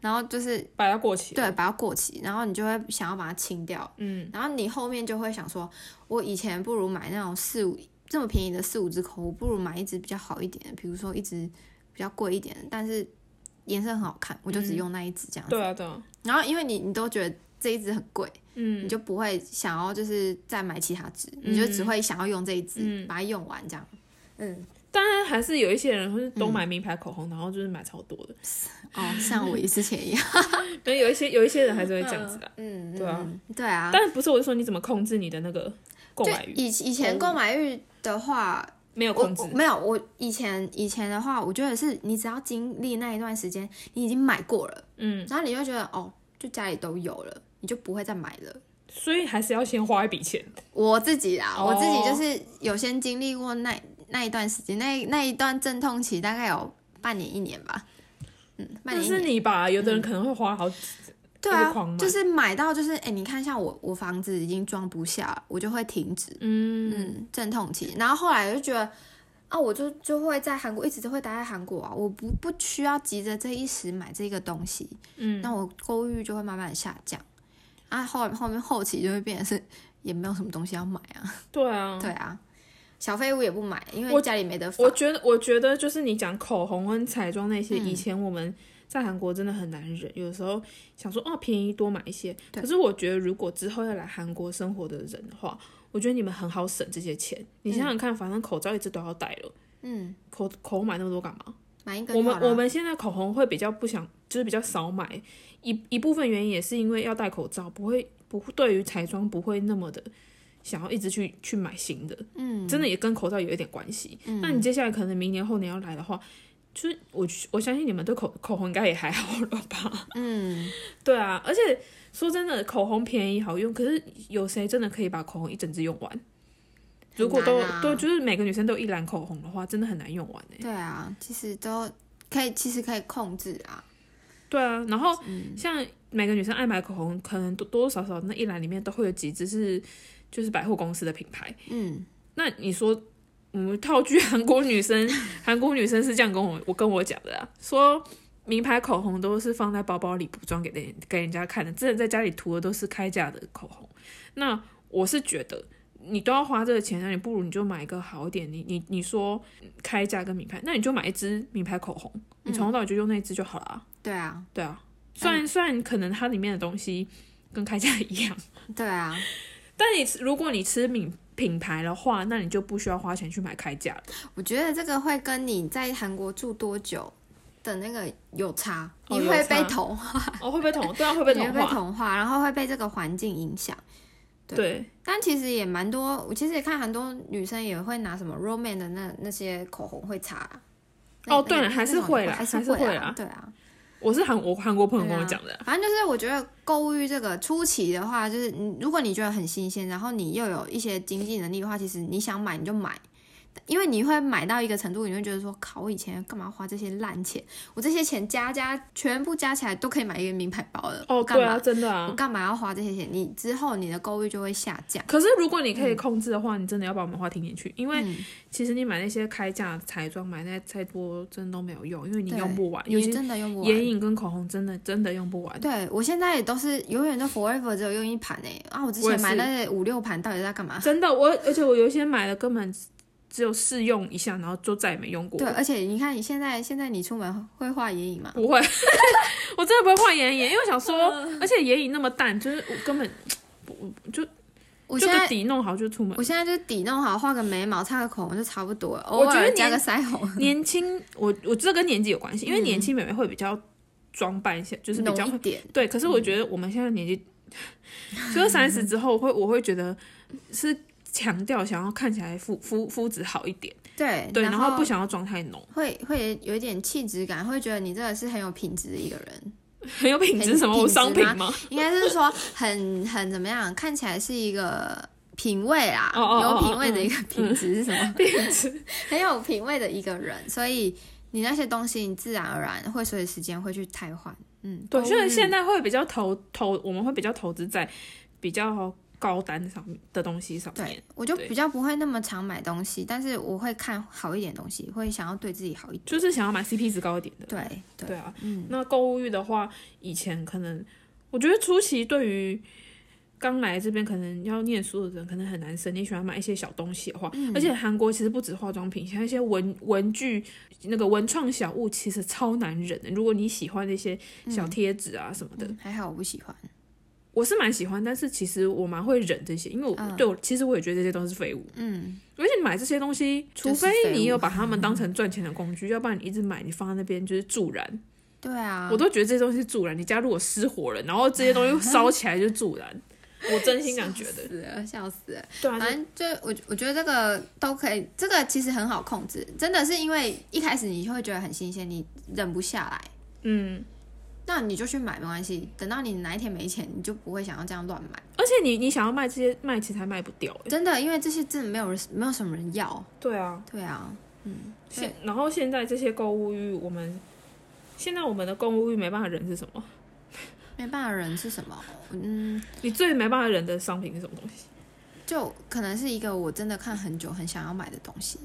[SPEAKER 1] 然后就是
[SPEAKER 2] 把它过期。
[SPEAKER 1] 对，把它过期，然后你就会想要把它清掉，
[SPEAKER 2] 嗯，
[SPEAKER 1] 然后你后面就会想说，我以前不如买那种四五这么便宜的四五支口红，不如买一支比较好一点的，比如说一支比较贵一点的，但是颜色很好看，我就只用那一支这样子，
[SPEAKER 2] 对啊，对啊，
[SPEAKER 1] 然后因为你你都觉得这一支很贵。
[SPEAKER 2] 嗯
[SPEAKER 1] 你就不会想
[SPEAKER 2] 嗯
[SPEAKER 1] 要就是再买其他支，你就只会想要用这一支、把它用完这样。嗯，
[SPEAKER 2] 当然还是有一些人会都买名牌口红，然后就是买超多的。
[SPEAKER 1] 哦，像我之前一 样，
[SPEAKER 2] 但有一些有一些人还是会这样子的。
[SPEAKER 1] 嗯，
[SPEAKER 2] 对啊
[SPEAKER 1] 嗯，对啊，
[SPEAKER 2] 但不是我是说你怎么控制你的那个购
[SPEAKER 1] 就
[SPEAKER 2] 买欲，
[SPEAKER 1] 以以前购买欲的话，
[SPEAKER 2] 没有
[SPEAKER 1] 我
[SPEAKER 2] 控制
[SPEAKER 1] 我。没有，我以前以前的话，我觉得是你只要经历那一段时间，你已经买过了，
[SPEAKER 2] 嗯，
[SPEAKER 1] 然后你就觉得哦，就家里都有了，你就不会再买了。
[SPEAKER 2] 所以还是要先花一笔钱。
[SPEAKER 1] 我自己啦，
[SPEAKER 2] 哦
[SPEAKER 1] 我自己就是有先经历过那那一段时间，那那一段阵痛期大概有半年一年吧，嗯，半
[SPEAKER 2] 那
[SPEAKER 1] 年一
[SPEAKER 2] 是
[SPEAKER 1] 年。
[SPEAKER 2] 你吧？有的人可能会花好几，
[SPEAKER 1] 对
[SPEAKER 2] 一直狂
[SPEAKER 1] 啊，
[SPEAKER 2] 买
[SPEAKER 1] 就是买到就是哎、你看像我我房子已经装不下了，我就会停止，
[SPEAKER 2] 嗯，
[SPEAKER 1] 嗯，阵痛期。然后后来就觉得，啊，我就就会在韩国一直都会待在韩国啊，我不不需要急着这一时买这个东西，
[SPEAKER 2] 嗯，
[SPEAKER 1] 那我购欲就会慢慢地下降。啊，后后面后期就会变成是也没有什么东西要买啊，
[SPEAKER 2] 对啊。
[SPEAKER 1] 对啊，小废物也不买，因
[SPEAKER 2] 我
[SPEAKER 1] 为家里没得放
[SPEAKER 2] 我。觉得，我觉得就是你讲口红跟彩妆那些，以前我们在韩国真的很难忍，有时候想说哦便宜多买一些，
[SPEAKER 1] 对
[SPEAKER 2] 可是我觉得如果之后要来韩国生活的人的话，我觉得你们很好省这些钱。你想想看，反正口罩一直都要戴了，
[SPEAKER 1] 嗯，
[SPEAKER 2] 口口红买那么多干嘛？
[SPEAKER 1] 买一个
[SPEAKER 2] 我
[SPEAKER 1] 就
[SPEAKER 2] 们
[SPEAKER 1] 好了
[SPEAKER 2] 我们现在口红会比较不想，就是比较少买，一一部分原因也是因为要戴口罩，不会不对于彩妆不会那么的想要一直去去买新的，嗯，真的也跟口罩有一点关系。
[SPEAKER 1] 嗯
[SPEAKER 2] 那你接下来可能明年后年要来的话，就是我我相信你们对口口红应该也还好了吧？
[SPEAKER 1] 嗯，
[SPEAKER 2] 对啊，而且说真的，口红便宜好用，可是有谁真的可以把口红一整支用完？如果都、
[SPEAKER 1] 很难啊
[SPEAKER 2] 都就是每个女生都一篮口红的话，真的很难用完哎、
[SPEAKER 1] 对啊，其实都可以，其实可以控制啊。
[SPEAKER 2] 对啊，然后像每个女生爱买口红，可能多多多少少那一栏里面都会有几支是就是百货公司的品牌。
[SPEAKER 1] 嗯，
[SPEAKER 2] 那你说，我们套句韩国女生， 韩国女生是这样跟我我跟我讲的啊，说名牌口红都是放在包包里补妆给人给人家看的，真的在家里涂的都是开价的口红。那我是觉得。你都要花这个钱，那你不如你就买一个好一点。你你你说开价跟名牌，那你就买一支名牌口红，你从头到尾就用那一支就好了啊、
[SPEAKER 1] 对啊，
[SPEAKER 2] 对啊，虽然、虽然可能它里面的东西跟开价一样，
[SPEAKER 1] 对啊。
[SPEAKER 2] 但你吃如果你吃名品牌的话，那你就不需要花钱去买开价了。
[SPEAKER 1] 我觉得这个会跟你在韩国住多久的那个有差，
[SPEAKER 2] 哦
[SPEAKER 1] 你
[SPEAKER 2] 有
[SPEAKER 1] 会
[SPEAKER 2] 差
[SPEAKER 1] 被同化，
[SPEAKER 2] 哦，会被同对啊，会
[SPEAKER 1] 你
[SPEAKER 2] 被
[SPEAKER 1] 会
[SPEAKER 2] 同
[SPEAKER 1] 被
[SPEAKER 2] 化，
[SPEAKER 1] 同化，然后会被这个环境影响。对
[SPEAKER 2] 对，
[SPEAKER 1] 但其实也蛮多，我其实也看很多女生也会拿什么 Roman 的那那些口红会擦。那
[SPEAKER 2] 哦对了
[SPEAKER 1] 那
[SPEAKER 2] 还是会啦
[SPEAKER 1] 还
[SPEAKER 2] 还是
[SPEAKER 1] 会
[SPEAKER 2] 会
[SPEAKER 1] 啊
[SPEAKER 2] 啦
[SPEAKER 1] 对啊，
[SPEAKER 2] 我是韩我韩国朋友跟
[SPEAKER 1] 对
[SPEAKER 2] 我
[SPEAKER 1] 啊
[SPEAKER 2] 讲的啊、
[SPEAKER 1] 反正就是我觉得购物欲这个初期的话，就是你如果你觉得很新鲜，然后你又有一些经济能力的话，其实你想买你就买，因为你会买到一个程度，你会觉得说，靠，我以前干嘛花这些烂钱？我这些钱加加全部加起来都可以买一个名牌包了，
[SPEAKER 2] 哦，
[SPEAKER 1] 我干
[SPEAKER 2] 对
[SPEAKER 1] 嘛？
[SPEAKER 2] 啊，真的
[SPEAKER 1] 我
[SPEAKER 2] 啊。
[SPEAKER 1] 干嘛要花这些钱？你之后你的购物欲就会下降。
[SPEAKER 2] 可是如果你可以控制的话，你真的要把我们话听进去，因为其实你买那些开价彩妆，买那再多真的都没有用，因为你
[SPEAKER 1] 对
[SPEAKER 2] 用不完，尤
[SPEAKER 1] 你
[SPEAKER 2] 其
[SPEAKER 1] 真的用不
[SPEAKER 2] 眼
[SPEAKER 1] 完。
[SPEAKER 2] 影跟口红真的真的用不完。
[SPEAKER 1] 对我现在也都是永远都 forever 只有用一盘哎、啊！我之
[SPEAKER 2] 我也
[SPEAKER 1] 前买
[SPEAKER 2] 是
[SPEAKER 1] 那五六盘到底在干嘛？
[SPEAKER 2] 真的，我而且我有一些买了根本只有试用一下，然后就再也没用过。
[SPEAKER 1] 对，而且你看你现在现在你出门会画眼影吗？
[SPEAKER 2] 不会， 我真的不会画眼影，因为我想说，
[SPEAKER 1] 嗯
[SPEAKER 2] 而且眼影那么淡，就是我根本
[SPEAKER 1] 我
[SPEAKER 2] 就
[SPEAKER 1] 现
[SPEAKER 2] 是
[SPEAKER 1] 在
[SPEAKER 2] 底弄好就出门
[SPEAKER 1] 我。现在就底弄好，画个眉毛，擦个口红就差不多了，偶
[SPEAKER 2] 我觉得
[SPEAKER 1] 尔
[SPEAKER 2] 你
[SPEAKER 1] 加个腮红，
[SPEAKER 2] 年轻，我我这跟年纪有关系，因为年轻妹妹会比较装扮一些，就是比较
[SPEAKER 1] 嗯浓一
[SPEAKER 2] 会
[SPEAKER 1] 点。
[SPEAKER 2] 对。可是我觉得我们现在年 纪，就是三十之后会，我会觉得是强调想要看起来肤肤肤质好一点，
[SPEAKER 1] 对
[SPEAKER 2] 对，然
[SPEAKER 1] 然
[SPEAKER 2] 后不想要妆太浓，
[SPEAKER 1] 会会有一点气质感，会觉得你这个是很有品质的一个人，
[SPEAKER 2] 很有品质什么
[SPEAKER 1] 品
[SPEAKER 2] 我
[SPEAKER 1] 质
[SPEAKER 2] 商品
[SPEAKER 1] 吗
[SPEAKER 2] 吗？
[SPEAKER 1] 应该是说很很怎么样，看起来是一个品味啦，
[SPEAKER 2] 哦哦哦
[SPEAKER 1] 有品
[SPEAKER 2] 哦
[SPEAKER 1] 味的
[SPEAKER 2] 嗯
[SPEAKER 1] 一个品质是什么？
[SPEAKER 2] 品质
[SPEAKER 1] 很有品味的一个人，所以你那些东西，你自然而然会随着时间会去汰换。嗯，
[SPEAKER 2] 对，
[SPEAKER 1] 购物
[SPEAKER 2] 就是
[SPEAKER 1] 欲
[SPEAKER 2] 现在会比较投投，我们会比较投资在比较高单上面的东西上面
[SPEAKER 1] 对。我就
[SPEAKER 2] 对
[SPEAKER 1] 比较不会那么常买东西，但是我会看好一点的东西，会想要对自己好一点。
[SPEAKER 2] 就是想要买 CP 值高一点的。
[SPEAKER 1] 对对
[SPEAKER 2] 对啊，那购物欲的话，以前可能我觉得初期对于刚来这边可能要念书的人，可能很难生。你喜欢买一些小东西的话，而且韩国其实不止化妆品，像一些文文具、那个文创小物，其实超难忍的。如果你喜欢那些小贴纸啊什么的，
[SPEAKER 1] 嗯还好我不喜欢。
[SPEAKER 2] 我嗯是蛮喜欢，但是其实我蛮会忍这些，因为我、对我其实我也觉得这些都是废物。
[SPEAKER 1] 嗯，
[SPEAKER 2] 而且你买这些东西，除
[SPEAKER 1] 就是
[SPEAKER 2] 非
[SPEAKER 1] 废
[SPEAKER 2] 你
[SPEAKER 1] 物
[SPEAKER 2] 有把它们当成赚钱的工具，要不然你一直买，你放在那边就是助燃。
[SPEAKER 1] 对啊，
[SPEAKER 2] 我都觉得这些东西是助燃。你家如果失火了，然后这些东西烧起来就是助燃， 我真心这样觉得。
[SPEAKER 1] 死了，笑死了。
[SPEAKER 2] 对啊，
[SPEAKER 1] 反正就我我觉得这个都可以，这个其实很好控制，真的是因为一开始你就会觉得很新鲜，你忍不下来，
[SPEAKER 2] 嗯，
[SPEAKER 1] 那你就去买没关系。等到你哪一天没钱，你就不会想要这样乱买。
[SPEAKER 2] 而且你你想要卖这些卖，其实还卖不掉、欸。
[SPEAKER 1] 真的，因为这些真的没有人，没有什么人要。
[SPEAKER 2] 对啊，
[SPEAKER 1] 对啊，
[SPEAKER 2] 现然后现在这些购物欲，我们现在我们的购物欲没办法忍是什么？
[SPEAKER 1] 没办法，人是什么？嗯，
[SPEAKER 2] 你最没办法忍的商品是什么东西？
[SPEAKER 1] 就可能是一个我真的看很久很想要买的东西，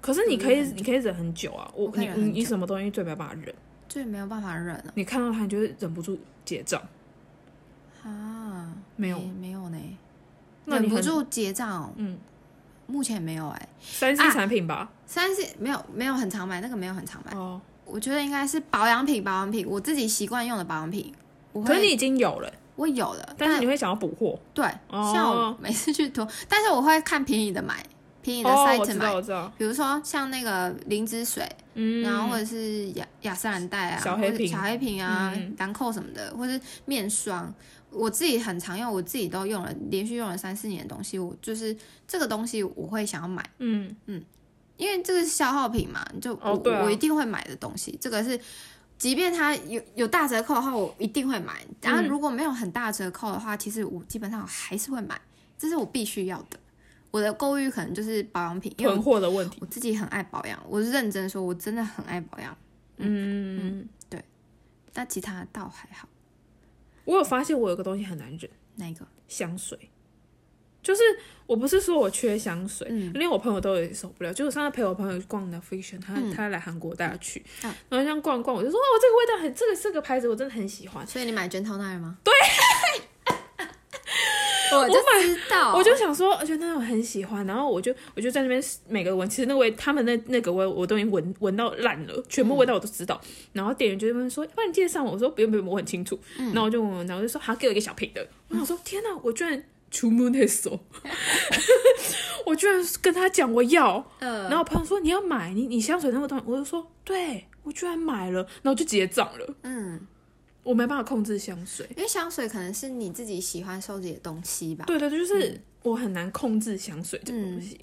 [SPEAKER 2] 可是你可以，你可以忍很久啊！我
[SPEAKER 1] 我可以
[SPEAKER 2] 你
[SPEAKER 1] 忍
[SPEAKER 2] 你
[SPEAKER 1] 很
[SPEAKER 2] 你
[SPEAKER 1] 久
[SPEAKER 2] 什么东西最没办法忍？
[SPEAKER 1] 最没有办法忍了
[SPEAKER 2] 你看到它，你就会忍不住结账。
[SPEAKER 1] 啊。
[SPEAKER 2] 没有
[SPEAKER 1] 诶没有呢，
[SPEAKER 2] 那你
[SPEAKER 1] 忍不
[SPEAKER 2] 很
[SPEAKER 1] 住结账哦，
[SPEAKER 2] 嗯，
[SPEAKER 1] 目前没有哎、
[SPEAKER 2] 三 C
[SPEAKER 1] 啊
[SPEAKER 2] 产品吧？
[SPEAKER 1] 三是没有没有很常买，那个没有很常买。
[SPEAKER 2] 哦，
[SPEAKER 1] 我觉得应该是保养品，保养品我自己习惯用的保养品，我
[SPEAKER 2] 可是
[SPEAKER 1] 会
[SPEAKER 2] 你已经有了，
[SPEAKER 1] 我有了，
[SPEAKER 2] 但是你会想要补货。
[SPEAKER 1] 对，
[SPEAKER 2] 哦
[SPEAKER 1] 像我每次去涂，但是我会看便宜的买，便宜的
[SPEAKER 2] 哦，我
[SPEAKER 1] site
[SPEAKER 2] 知
[SPEAKER 1] 买，
[SPEAKER 2] 道，我知道。
[SPEAKER 1] 比如说像那个灵芝水，
[SPEAKER 2] 嗯，
[SPEAKER 1] 然后或者是雅雅诗兰黛啊，
[SPEAKER 2] 小黑
[SPEAKER 1] 或者
[SPEAKER 2] 瓶
[SPEAKER 1] 小黑瓶啊
[SPEAKER 2] 嗯，
[SPEAKER 1] 兰蔻什么的，或是面霜，我自己很常用，我自己都用了，连续用了三四年的东西，我就是这个东西我会想要买。
[SPEAKER 2] 嗯，
[SPEAKER 1] 因为这个是消耗品嘛，就我、
[SPEAKER 2] 哦对啊
[SPEAKER 1] 我一定会买的东西，这个是。即便它有有大折扣的话，我一定会买。然后
[SPEAKER 2] 嗯
[SPEAKER 1] 如果没有很大折扣的话，其实我基本上还是会买，这是我必须要的。我的购物欲可能就是保养品，因为
[SPEAKER 2] 囤
[SPEAKER 1] 我
[SPEAKER 2] 货的问题。
[SPEAKER 1] 我自己很爱保养，我是认真说，我真的很爱保养。
[SPEAKER 2] 嗯，
[SPEAKER 1] 但其他倒还好，
[SPEAKER 2] 我有发现我有个东西很难忍，
[SPEAKER 1] 哪一个？
[SPEAKER 2] 香水。就是我不是说我缺香水，
[SPEAKER 1] 嗯
[SPEAKER 2] 因为我朋友都有点受不了。就是我上次陪我朋友逛 n f i s i o n 他、
[SPEAKER 1] 嗯
[SPEAKER 2] 他来韩国带他去，
[SPEAKER 1] 嗯
[SPEAKER 2] 然后这样逛一逛，我就说哦，这个味道很，这个这个牌子我真的很喜欢。
[SPEAKER 1] 所以你买卷头那了吗？对， 我就知道，
[SPEAKER 2] 我就想说，而且那我很喜欢，然后我就我就在那边每个闻，其实那味他们那那个味我都已经闻闻到烂了，全部味道我都知道。然后店员就问说，要不然你介绍我，我说不用不用，我很清楚。然后我就闻，然后就说好，给我一个小瓶的。我想说，天哪，我居然出门那手，我居然跟他讲我要，
[SPEAKER 1] 呃
[SPEAKER 2] 然后我朋友说你要买，你你香水那个东西，我就说对，我居然买了，然后就结账了，
[SPEAKER 1] 嗯，
[SPEAKER 2] 我没办法控制香水。
[SPEAKER 1] 因为香水可能是你自己喜欢收集的东西吧。
[SPEAKER 2] 对对，对就是我很难控制香水这个东西。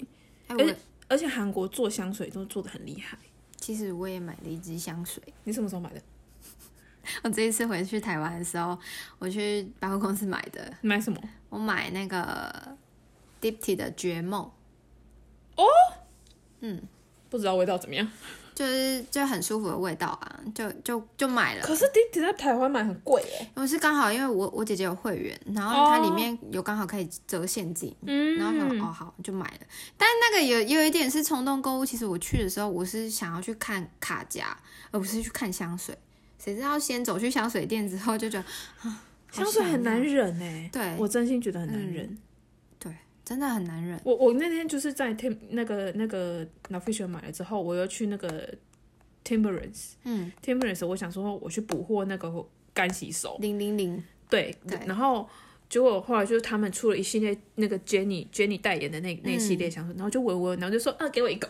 [SPEAKER 1] 哎，
[SPEAKER 2] 而且
[SPEAKER 1] 我
[SPEAKER 2] 而且韩国做香水都做的很厉害。
[SPEAKER 1] 其实我也买了一支香水。
[SPEAKER 2] 你什么时候买的？
[SPEAKER 1] 我这一次回去台湾的时候，我去百货公司买的，
[SPEAKER 2] 你买什么？
[SPEAKER 1] 我买那个 Dipty 的绝梦，
[SPEAKER 2] 不知道味道怎么样。
[SPEAKER 1] 就是就很舒服的味道啊，就就就买了。
[SPEAKER 2] 可是 d i d 在台湾买很贵哎、
[SPEAKER 1] 我是刚好因为我我姐姐有会员，然后
[SPEAKER 2] 哦
[SPEAKER 1] 它里面有刚好可以折现金，
[SPEAKER 2] 嗯
[SPEAKER 1] 然后想哦好就买了。但那个有有一点是冲动购物，其实我去的时候我是想要去看卡夹，而不是去看香水。谁知道先走去香水店之后就觉得
[SPEAKER 2] 香水很难忍哎、
[SPEAKER 1] 对
[SPEAKER 2] 我真心觉得很难忍。
[SPEAKER 1] 对，真的很难忍。
[SPEAKER 2] 我我那天就是在 Tim 那个那个 n a f i s h e r 买了之后，我又去那个 Timberlands
[SPEAKER 1] 嗯，
[SPEAKER 2] Timberlands，我想说我去补货那个干洗手，
[SPEAKER 1] 零零零，
[SPEAKER 2] 对，
[SPEAKER 1] 对
[SPEAKER 2] 然后结果后来就是他们出了一系列那个 Jenny Jenny 代言的那那一系列香水，然后就闻闻，然后就说啊给我一个，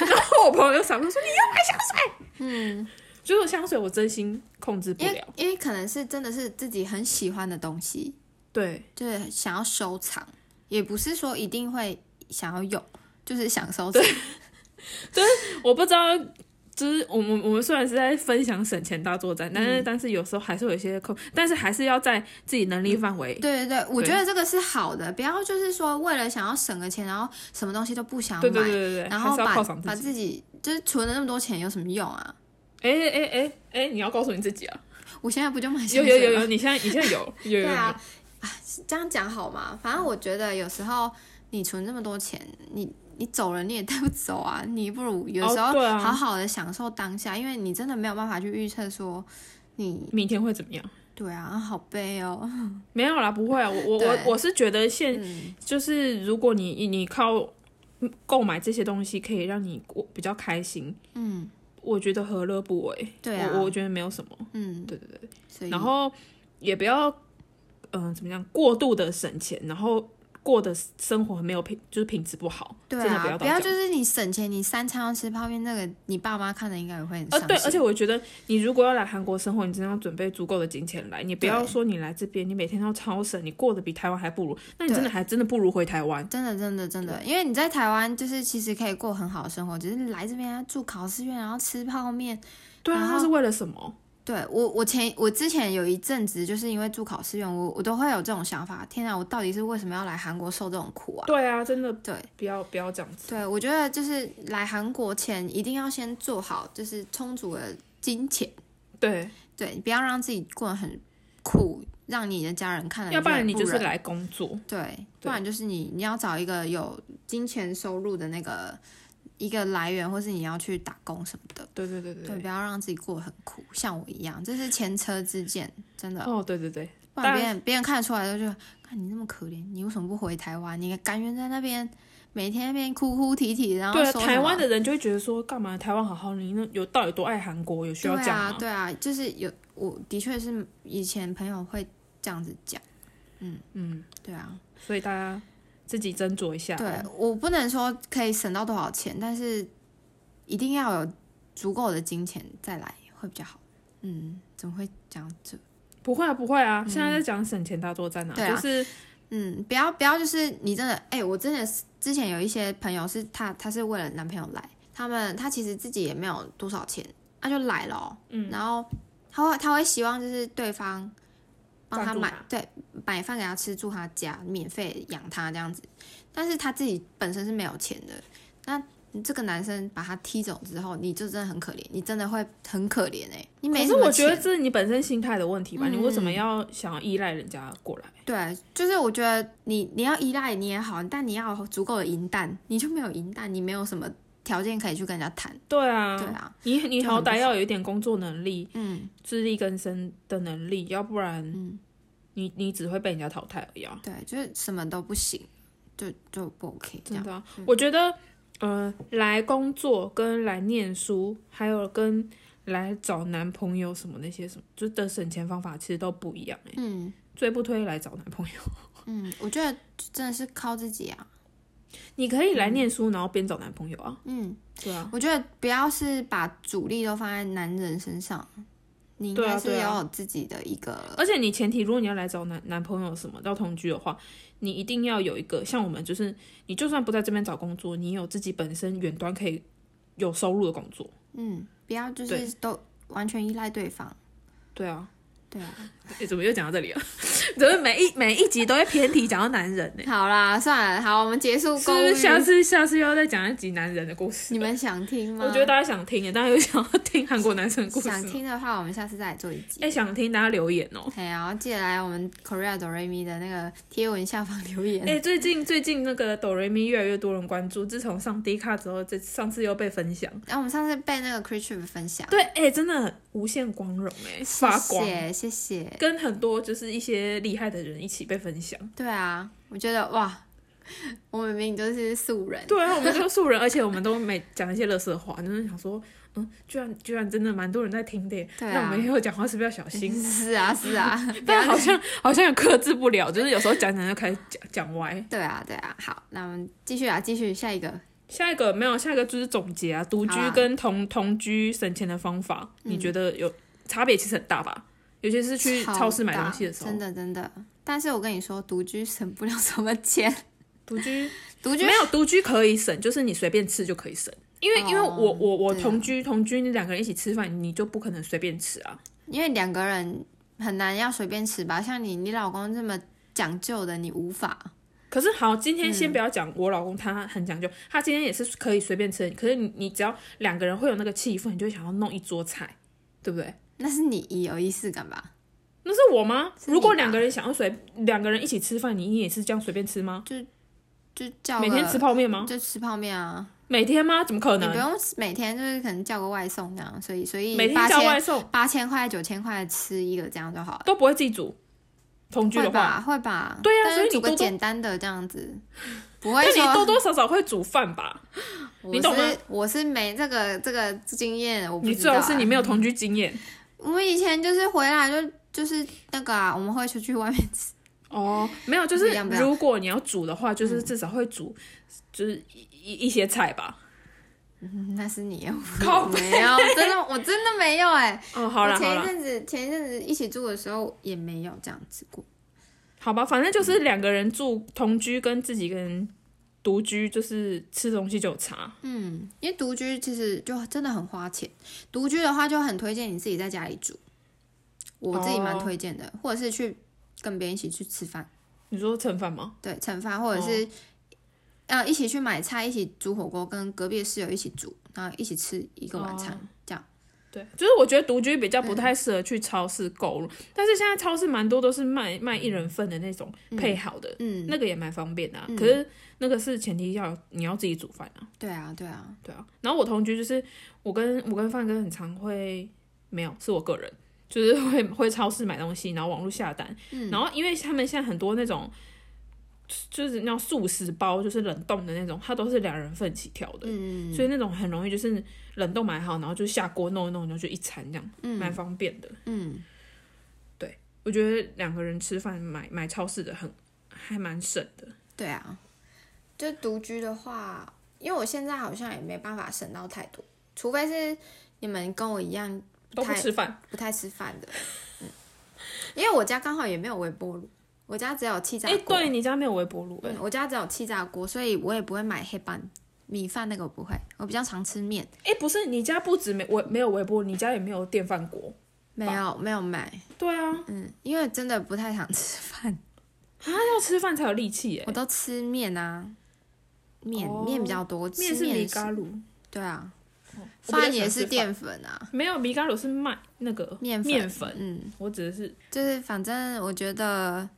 [SPEAKER 2] 然后我朋友就傻了说你要买香水，嗯，就是香水我真心控制不
[SPEAKER 1] 因为
[SPEAKER 2] 了，
[SPEAKER 1] 因为可能是真的是自己很喜欢的东西，
[SPEAKER 2] 对，
[SPEAKER 1] 就是想要收藏，也不是说一定会想要用，就是想收藏。
[SPEAKER 2] 我不知道。就是我们我们虽然是在分享省钱大作战，但是、但是有时候还是有一些控，但是还是要在自己能力范围。
[SPEAKER 1] 对对对，我
[SPEAKER 2] 对
[SPEAKER 1] 觉得这个是好的，不要就是说为了想要省个钱，然后什么东西都不想买，
[SPEAKER 2] 对对对对对，
[SPEAKER 1] 然
[SPEAKER 2] 还
[SPEAKER 1] 后
[SPEAKER 2] 是要
[SPEAKER 1] 把
[SPEAKER 2] 犒赏
[SPEAKER 1] 把
[SPEAKER 2] 自己。
[SPEAKER 1] 自己就是存了那么多钱有什么用啊？
[SPEAKER 2] 哎哎哎哎，你要告诉你自己啊！
[SPEAKER 1] 我现在不就买
[SPEAKER 2] 有
[SPEAKER 1] 香水
[SPEAKER 2] 有有
[SPEAKER 1] 吗
[SPEAKER 2] 有，你现在你现在有有有有
[SPEAKER 1] 对啊，啊，这样讲好吗？反正我觉得有时候你存这么多钱，你你走了你也带不走啊，你不如有时
[SPEAKER 2] 哦
[SPEAKER 1] 候
[SPEAKER 2] 对啊
[SPEAKER 1] 好好的享受当下，因为你真的没有办法去预测说你
[SPEAKER 2] 明天会怎么样？
[SPEAKER 1] 对啊，好悲哦，
[SPEAKER 2] 没有啦，不会啊，我我我
[SPEAKER 1] 对
[SPEAKER 2] 我是觉得现、
[SPEAKER 1] 嗯
[SPEAKER 2] 就是如果你你靠嗯购买这些东西可以让你过比较开心，
[SPEAKER 1] 嗯
[SPEAKER 2] 我觉得何乐不为？
[SPEAKER 1] 对啊
[SPEAKER 2] 我我觉得没有什么，
[SPEAKER 1] 嗯，
[SPEAKER 2] 对对对，
[SPEAKER 1] 所以
[SPEAKER 2] 然后也不要嗯、呃怎么样过度的省钱，然后。过的生活很没有品，就是品质不好，
[SPEAKER 1] 对
[SPEAKER 2] 真的不
[SPEAKER 1] 啊，
[SPEAKER 2] 要
[SPEAKER 1] 不
[SPEAKER 2] 到
[SPEAKER 1] 要
[SPEAKER 2] 这
[SPEAKER 1] 就
[SPEAKER 2] 样。
[SPEAKER 1] 是你省钱，你三餐要吃泡面，那个你爸妈看了应该也会很伤
[SPEAKER 2] 呃，
[SPEAKER 1] 心。
[SPEAKER 2] 对，而且我觉得你如果要来韩国生活，你真的要准备足够的金钱来，你不要
[SPEAKER 1] 对
[SPEAKER 2] 说你来这边，你每天都超省，你过得比台湾还不如，那你真的
[SPEAKER 1] 对
[SPEAKER 2] 还真的不如回台湾。
[SPEAKER 1] 真的，真的，真的，因为你在台湾就是其实可以过很好的生活，只是来这边要住考试院，然后吃泡面。
[SPEAKER 2] 对啊，
[SPEAKER 1] 然后
[SPEAKER 2] 那是为了什么？
[SPEAKER 1] 对我，我前我之前有一阵子就是因为住考试院，我我都会有这种想法，天啊，我到底是为什么要来韩国受这种苦啊？
[SPEAKER 2] 对啊，真的
[SPEAKER 1] 对
[SPEAKER 2] 不要不要这样子。
[SPEAKER 1] 对，我觉得就是来韩国前一定要先做好，就是充足的金钱，
[SPEAKER 2] 对，
[SPEAKER 1] 对，你不要让自己过得很苦，让你的家人看了
[SPEAKER 2] 要不然
[SPEAKER 1] 很
[SPEAKER 2] 你就
[SPEAKER 1] 忍
[SPEAKER 2] 是来工作。
[SPEAKER 1] 对，不然就是你你要找一个有金钱收入的那个一个来源，或是你要去打工什么的，
[SPEAKER 2] 对对对对
[SPEAKER 1] 对，不要让自己过得很苦，像我一样，这是前车之鉴，真的，
[SPEAKER 2] 哦，对对对，
[SPEAKER 1] 不然
[SPEAKER 2] 当
[SPEAKER 1] 别人别人看得出来都觉得，看你那么可怜，你为什么不回台湾？你甘愿在那边每天那边哭哭啼啼，然后
[SPEAKER 2] 对啊，
[SPEAKER 1] 说
[SPEAKER 2] 台
[SPEAKER 1] 什么
[SPEAKER 2] 湾的人就会觉得说，干嘛台湾好好，你那有到底多爱韩国，有需要
[SPEAKER 1] 对
[SPEAKER 2] 这样吗
[SPEAKER 1] 啊？对啊，就是有我的确是以前朋友会这样子讲，
[SPEAKER 2] 嗯，
[SPEAKER 1] 对啊，
[SPEAKER 2] 所以大家自己斟酌一下。
[SPEAKER 1] 对我不能说可以省到多少钱，但是一定要有足够的金钱再来会比较好。嗯，怎么会讲这？
[SPEAKER 2] 不会啊，不会啊，现在在讲省钱大作战
[SPEAKER 1] 嗯
[SPEAKER 2] 啊，
[SPEAKER 1] 对啊
[SPEAKER 2] 就是
[SPEAKER 1] 嗯，不要不要，就是你真的，哎、我真的是之前有一些朋友是她，她是为了男朋友来，他们她其实自己也没有多少钱，那、就来了、嗯，然后她会她会希望就是对方帮她
[SPEAKER 2] 赞助
[SPEAKER 1] 买
[SPEAKER 2] 她
[SPEAKER 1] 对买饭给她吃，住她家，免费养她这样子，但是她自己本身是没有钱的，那。这个男生把她踢走之后，你就真的很可怜，你真的会很可怜哎、你
[SPEAKER 2] 可
[SPEAKER 1] 没
[SPEAKER 2] 是
[SPEAKER 1] 什么
[SPEAKER 2] 我觉得
[SPEAKER 1] 钱
[SPEAKER 2] 这是你本身心态的问题吧，
[SPEAKER 1] 嗯
[SPEAKER 2] 你为什么要想要依赖人家过来？
[SPEAKER 1] 对，就是我觉得你你要依赖你也好，但你要有足够的银弹，你就没有银弹，你没有什么条件可以去跟人家谈。
[SPEAKER 2] 对啊，
[SPEAKER 1] 对啊，
[SPEAKER 2] 你你
[SPEAKER 1] 就很
[SPEAKER 2] 好
[SPEAKER 1] 不
[SPEAKER 2] 歹要有一点工作能力、
[SPEAKER 1] 嗯，
[SPEAKER 2] 自力更生的能力，要不然，你你只会被人家淘汰而已啊。
[SPEAKER 1] 对，就是什么都不行，就就不 OK 这样。嗯
[SPEAKER 2] 真的啊、我觉得，呃，来工作跟来念书，还有跟来找男朋友什么那些什么，就的省钱方法其实都不一样、欸。
[SPEAKER 1] 嗯
[SPEAKER 2] 最不推来找男朋友，
[SPEAKER 1] 嗯，我觉得真的是靠自己啊。
[SPEAKER 2] 你可以来念书，然后边找男朋友啊。
[SPEAKER 1] 嗯，
[SPEAKER 2] 对啊，
[SPEAKER 1] 我觉得不要是把主力都放在男人身上，你应
[SPEAKER 2] 对啊
[SPEAKER 1] 该是
[SPEAKER 2] 对啊
[SPEAKER 1] 要有自己的一个。
[SPEAKER 2] 而且你前提，如果你要来找男男朋友什么要同居的话，你一定要有一个像我们，就是你就算不在这边找工作，你有自己本身远端可以有收入的工作。
[SPEAKER 1] 嗯，不要就
[SPEAKER 2] 对
[SPEAKER 1] 是都完全依赖对方。
[SPEAKER 2] 对啊，
[SPEAKER 1] 对啊，
[SPEAKER 2] 欸怎么又讲到这里了？ 怎么每一每一集都会偏题讲到男人呢、
[SPEAKER 1] 好啦，算了，好，我们结束
[SPEAKER 2] 是
[SPEAKER 1] 公
[SPEAKER 2] 不
[SPEAKER 1] 寓。
[SPEAKER 2] 是下次下次又要再讲一集男人的故事？
[SPEAKER 1] 你们想听吗？
[SPEAKER 2] 我觉得大家想听耶，大家有想要听韩国男生的故事吗
[SPEAKER 1] 想？听的话，我们下次再来做一集
[SPEAKER 2] 哎、。想听大家留言 哦、
[SPEAKER 1] 哎，然后记得来我们 Korea Do Re Mi 的那个贴文下方留言。
[SPEAKER 2] 哎、最近最近那个哆瑞咪越来越多人关注，自从上 D 卡之后，这上次又被分享。
[SPEAKER 1] 然后我们上次被那个 c r e a t u r e 分享，
[SPEAKER 2] 对，哎、真的无限光荣哎、发光，
[SPEAKER 1] 谢谢谢谢。
[SPEAKER 2] 跟很多就是一些厉害的人一起被分享。
[SPEAKER 1] 对啊，我觉得哇，我们明明都是素人，
[SPEAKER 2] 对啊，我们都素 人，而且我们都没讲一些乐色话，就是想说，嗯，居然居然真的蛮多人在听的耶，
[SPEAKER 1] 对啊
[SPEAKER 2] 那我们以后讲话是不是要小心？
[SPEAKER 1] 是啊是 啊，不要
[SPEAKER 2] 但好像好像也克制不了，就是有时候讲讲就开始讲讲歪。
[SPEAKER 1] 对啊对啊。好，那我们继续啊，继续下一个。
[SPEAKER 2] 下一个没有，下一个就是总结啊，独居
[SPEAKER 1] 好啊嗯
[SPEAKER 2] 跟同同居省钱的方法，你觉得有差别？其实很大吧，尤其是去
[SPEAKER 1] 超
[SPEAKER 2] 超市买
[SPEAKER 1] 大
[SPEAKER 2] 东西的时候
[SPEAKER 1] 真，的真的。但是我跟你说，独居省不了什么钱，
[SPEAKER 2] 独居
[SPEAKER 1] 独居
[SPEAKER 2] 没有独居可以省，就是你随便吃就可以省。因为、因为
[SPEAKER 1] 哦
[SPEAKER 2] 我我我
[SPEAKER 1] 对啊
[SPEAKER 2] 同居同居，你两个人一起吃饭，你就不可能随便吃啊。
[SPEAKER 1] 因为两个人很难要随便吃吧，像你你老公这么讲究的，你无法。
[SPEAKER 2] 可是好，今天
[SPEAKER 1] 嗯
[SPEAKER 2] 先不要讲我老公，他很讲究，他今天也是可以随便吃，可是你你只要两个人会有那个气氛，你就会想要弄一桌菜，对不对？
[SPEAKER 1] 那是你有仪式感吧？
[SPEAKER 2] 那是我吗？
[SPEAKER 1] 是你吧
[SPEAKER 2] 如果两个人想要随两个人一起吃饭，你也是这样随便吃吗？
[SPEAKER 1] 就叫个
[SPEAKER 2] 每天吃泡面吗？
[SPEAKER 1] 就吃泡面啊，
[SPEAKER 2] 每天吗？怎么可
[SPEAKER 1] 你不
[SPEAKER 2] 能？
[SPEAKER 1] 用每天就是可能叫个外送这样，所以所以
[SPEAKER 2] 每天
[SPEAKER 1] 八
[SPEAKER 2] 叫外
[SPEAKER 1] 千
[SPEAKER 2] 送
[SPEAKER 1] 八千块九千块吃一个这样就好了。
[SPEAKER 2] 都不会自己煮，同居
[SPEAKER 1] 会
[SPEAKER 2] 的话，
[SPEAKER 1] 吧，会吧，
[SPEAKER 2] 对啊
[SPEAKER 1] 但
[SPEAKER 2] 所以
[SPEAKER 1] 是
[SPEAKER 2] 你
[SPEAKER 1] 煮个
[SPEAKER 2] 多多
[SPEAKER 1] 简单的这样子，不
[SPEAKER 2] 那
[SPEAKER 1] 会
[SPEAKER 2] 你多
[SPEAKER 1] 说
[SPEAKER 2] 多少少会煮饭吧？
[SPEAKER 1] 我
[SPEAKER 2] 你懂吗
[SPEAKER 1] 是我是没这个这个经验，我不
[SPEAKER 2] 你
[SPEAKER 1] 知
[SPEAKER 2] 最
[SPEAKER 1] 道
[SPEAKER 2] 好
[SPEAKER 1] 啊。
[SPEAKER 2] 是你没有同 居经验
[SPEAKER 1] 我们以前就是回来就就是那个啊，我们会出去外面吃，
[SPEAKER 2] 哦，没有，就是
[SPEAKER 1] 不一样不一样嗯
[SPEAKER 2] 如果你要煮的话，就是至少会煮，就是一一一些菜吧。
[SPEAKER 1] 嗯那是你哦，
[SPEAKER 2] 靠
[SPEAKER 1] 我没有，真的，我真的没有哎、
[SPEAKER 2] 哦，好
[SPEAKER 1] 我
[SPEAKER 2] 啦好
[SPEAKER 1] 前一
[SPEAKER 2] 啦，
[SPEAKER 1] 阵子前一阵子一起住的时候也没有这样子过。
[SPEAKER 2] 好吧，反正就是两个人住同居跟自己一个人独居，就是吃东西就有差。
[SPEAKER 1] 嗯，因为独居其实就真的很花钱。独居的话，就很推荐你自己在家里煮，我自己蛮
[SPEAKER 2] 哦
[SPEAKER 1] 推荐的，或者是去跟别人一起去吃饭，
[SPEAKER 2] 你说蹭饭吗？
[SPEAKER 1] 对，盛饭，或者是、呃一起去买菜，一起煮火锅，跟隔壁的室友一起煮，然后一起吃一个晚餐，
[SPEAKER 2] 哦
[SPEAKER 1] 这样。
[SPEAKER 2] 对，就是我觉得独居比较不太适合去超市购入，
[SPEAKER 1] 嗯
[SPEAKER 2] 但是现在超市蛮多都是卖卖一人份的那种配好的，
[SPEAKER 1] 嗯，
[SPEAKER 2] 那个也蛮方便的、啊。
[SPEAKER 1] 嗯
[SPEAKER 2] 可是那个是前提要你要自己煮饭啊，
[SPEAKER 1] 对啊，对啊，
[SPEAKER 2] 对啊。然后我同居就是我跟我跟范哥很常会没有，是我个人就是会会超市买东西，然后网络下单，
[SPEAKER 1] 嗯
[SPEAKER 2] 然后因为他们现在很多那种。就是那种素食包，就是冷冻的那种，它都是两人份起跳的，
[SPEAKER 1] 嗯
[SPEAKER 2] 所以那种很容易就是冷冻买好，然后就下锅弄一弄，然后就一餐这样，蛮方便的。
[SPEAKER 1] 嗯，
[SPEAKER 2] 我觉得两个人吃饭买买超市的很还蛮省的。
[SPEAKER 1] 对啊。就独居的话，因为我现在好像也没办法省到太多，除非是你们跟我一样
[SPEAKER 2] 都不
[SPEAKER 1] 太
[SPEAKER 2] 吃饭，
[SPEAKER 1] 不太吃饭的，嗯，因为我家刚好也没有微波炉，我家只有气炸
[SPEAKER 2] 哎、
[SPEAKER 1] 锅，
[SPEAKER 2] 对你家没有微波炉哎、
[SPEAKER 1] 嗯我家只有气炸锅，所以我也不会买黑板米饭那个我不会，我比较常吃面，
[SPEAKER 2] 哎、不是你家不止没微没有微波，你家也没有电饭锅。
[SPEAKER 1] 没有没有买，
[SPEAKER 2] 对啊，
[SPEAKER 1] 嗯，因为真的不太常吃 饭，
[SPEAKER 2] 要吃饭才有力气哎、
[SPEAKER 1] 我都吃面啊，面、
[SPEAKER 2] 哦
[SPEAKER 1] 面比较多，吃
[SPEAKER 2] 面是米
[SPEAKER 1] 面
[SPEAKER 2] 嘎鲁，
[SPEAKER 1] 对啊，
[SPEAKER 2] 我比较
[SPEAKER 1] 饭
[SPEAKER 2] 喜欢
[SPEAKER 1] 也
[SPEAKER 2] 吃
[SPEAKER 1] 是
[SPEAKER 2] 饭
[SPEAKER 1] 淀粉啊，
[SPEAKER 2] 没有米嘎鲁是麦那个
[SPEAKER 1] 面粉
[SPEAKER 2] 面粉，
[SPEAKER 1] 嗯。
[SPEAKER 2] 我指的是
[SPEAKER 1] 就是反正我觉得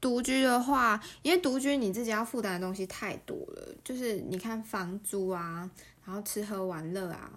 [SPEAKER 1] 独居的话，因为独居你自己要负担的东西太多了，就是你看房租啊，然后吃喝玩乐啊，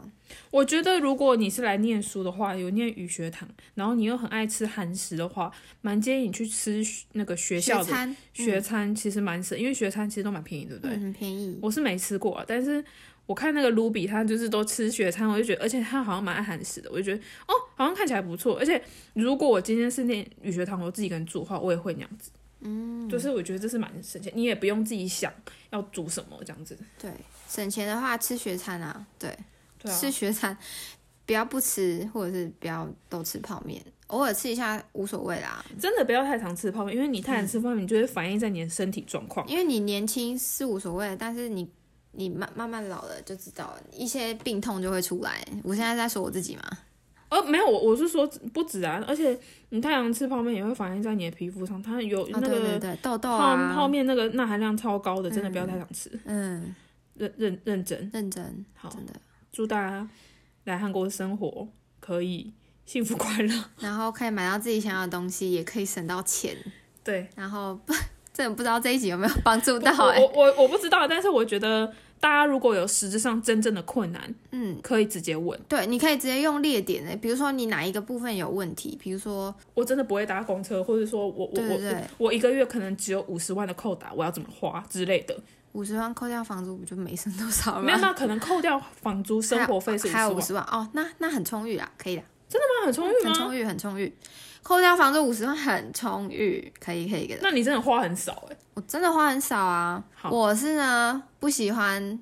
[SPEAKER 2] 我觉得如果你是来念书的话，有念语学堂，然后你又很爱吃韩食的话，蛮建议你去吃那个学校的
[SPEAKER 1] 餐嗯
[SPEAKER 2] 学餐，其实蛮省，因为学餐其实都蛮便宜，对不对？
[SPEAKER 1] 嗯很便宜，
[SPEAKER 2] 我是没吃过、啊，但是我看那个卢比他就是都吃学餐，我就觉得，而且他好像蛮爱韩食的，我就觉得哦，好像看起来不错。而且如果我今天是念语学堂，我自己一个人煮的话，我也会那样子。嗯，就是我觉得这是蛮省钱，你也不用自己想要煮什么这样子。
[SPEAKER 1] 对，省钱的话吃学餐啊，对，
[SPEAKER 2] 对啊，
[SPEAKER 1] 吃学餐，不要不吃，或者是不要都吃泡面，偶尔吃一下无所谓啦，
[SPEAKER 2] 真的不要太常吃泡面，因为你太
[SPEAKER 1] 嗯
[SPEAKER 2] 常吃泡面，你就会反映在你的身体状况。
[SPEAKER 1] 因为你年轻是无所谓的，但是你。你慢慢慢老了就知道了，一些病痛就会出来。我现在在说我自己嘛，
[SPEAKER 2] 呃，没有，我我是说不止啊，而且你太常吃泡面也会反映在你的皮肤上，它有
[SPEAKER 1] 哦，
[SPEAKER 2] 那
[SPEAKER 1] 对对
[SPEAKER 2] 个
[SPEAKER 1] 对，痘痘
[SPEAKER 2] 泡、
[SPEAKER 1] 啊，
[SPEAKER 2] 泡面那个钠含量超高的，真的不要太常吃，
[SPEAKER 1] 嗯，
[SPEAKER 2] 认认认真。
[SPEAKER 1] 认真，
[SPEAKER 2] 好，
[SPEAKER 1] 真的。
[SPEAKER 2] 祝大家来韩国生活可以幸福快 乐。
[SPEAKER 1] 然后可以买到自己想要的东西，也可以省到钱。
[SPEAKER 2] 对，
[SPEAKER 1] 然后不， 真的不知道这一集有没有帮助到
[SPEAKER 2] 我
[SPEAKER 1] 哎、
[SPEAKER 2] 我我我不知道，但是我觉得大家如果有实质上真正的困难，
[SPEAKER 1] 嗯，
[SPEAKER 2] 可以直接问，
[SPEAKER 1] 对，你可以直接用列点哎、比如说你哪一个部分有问题，比如说
[SPEAKER 2] 我真的不会搭公车，或者说我我
[SPEAKER 1] 对对
[SPEAKER 2] 我
[SPEAKER 1] 对
[SPEAKER 2] 我我一个月可能只有五十万的扣打，我要怎么花之类的。
[SPEAKER 1] 五十万扣掉房租，不就没剩多少了
[SPEAKER 2] 没有，
[SPEAKER 1] 吗？
[SPEAKER 2] 那可能扣掉房租、生活费是嗯五十
[SPEAKER 1] 还有
[SPEAKER 2] 万，
[SPEAKER 1] 五十万哦，那那很充裕啊，可以的，
[SPEAKER 2] 那很充啊裕
[SPEAKER 1] 很
[SPEAKER 2] 吗？
[SPEAKER 1] 充裕，很充裕。
[SPEAKER 2] 啊
[SPEAKER 1] 扣掉房租五十万很充裕，可以可以可以的。
[SPEAKER 2] 那你真的花很少哎、
[SPEAKER 1] 我真的花很少啊，
[SPEAKER 2] 好
[SPEAKER 1] 我是呢不喜欢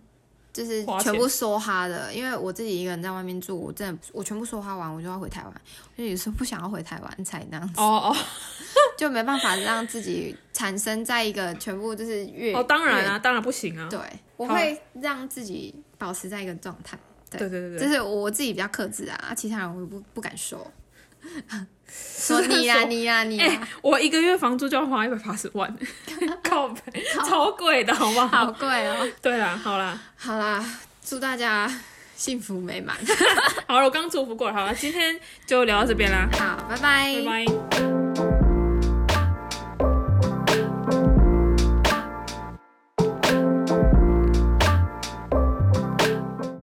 [SPEAKER 1] 就是
[SPEAKER 2] 花钱
[SPEAKER 1] 全部梭哈的，因为我自己一个人在外面住，我真的我全部梭哈完我就要回台湾，所以有时候不想要回台湾才那样，
[SPEAKER 2] 哦
[SPEAKER 1] 就没办法让自己产生在一个全部就是越
[SPEAKER 2] 哦哦，当然啊，当然不行啊
[SPEAKER 1] 越。对，我会让自己保持在一个状态，对
[SPEAKER 2] 对对对
[SPEAKER 1] 这
[SPEAKER 2] 对，
[SPEAKER 1] 是我自己比较克制啊，其他人我不不敢说，说
[SPEAKER 2] 是在
[SPEAKER 1] 你啦啊
[SPEAKER 2] 说
[SPEAKER 1] 你啦你
[SPEAKER 2] 哎、
[SPEAKER 1] 啦，
[SPEAKER 2] 我一个月房租就要花一百八十 万，靠北，超贵的好不好？
[SPEAKER 1] 好贵哦，
[SPEAKER 2] 对啦，好啦，
[SPEAKER 1] 好啦，祝大家幸福美满。
[SPEAKER 2] 好了，我刚祝福过了，好了，今天就聊到这边啦，
[SPEAKER 1] 好，拜
[SPEAKER 2] 拜拜。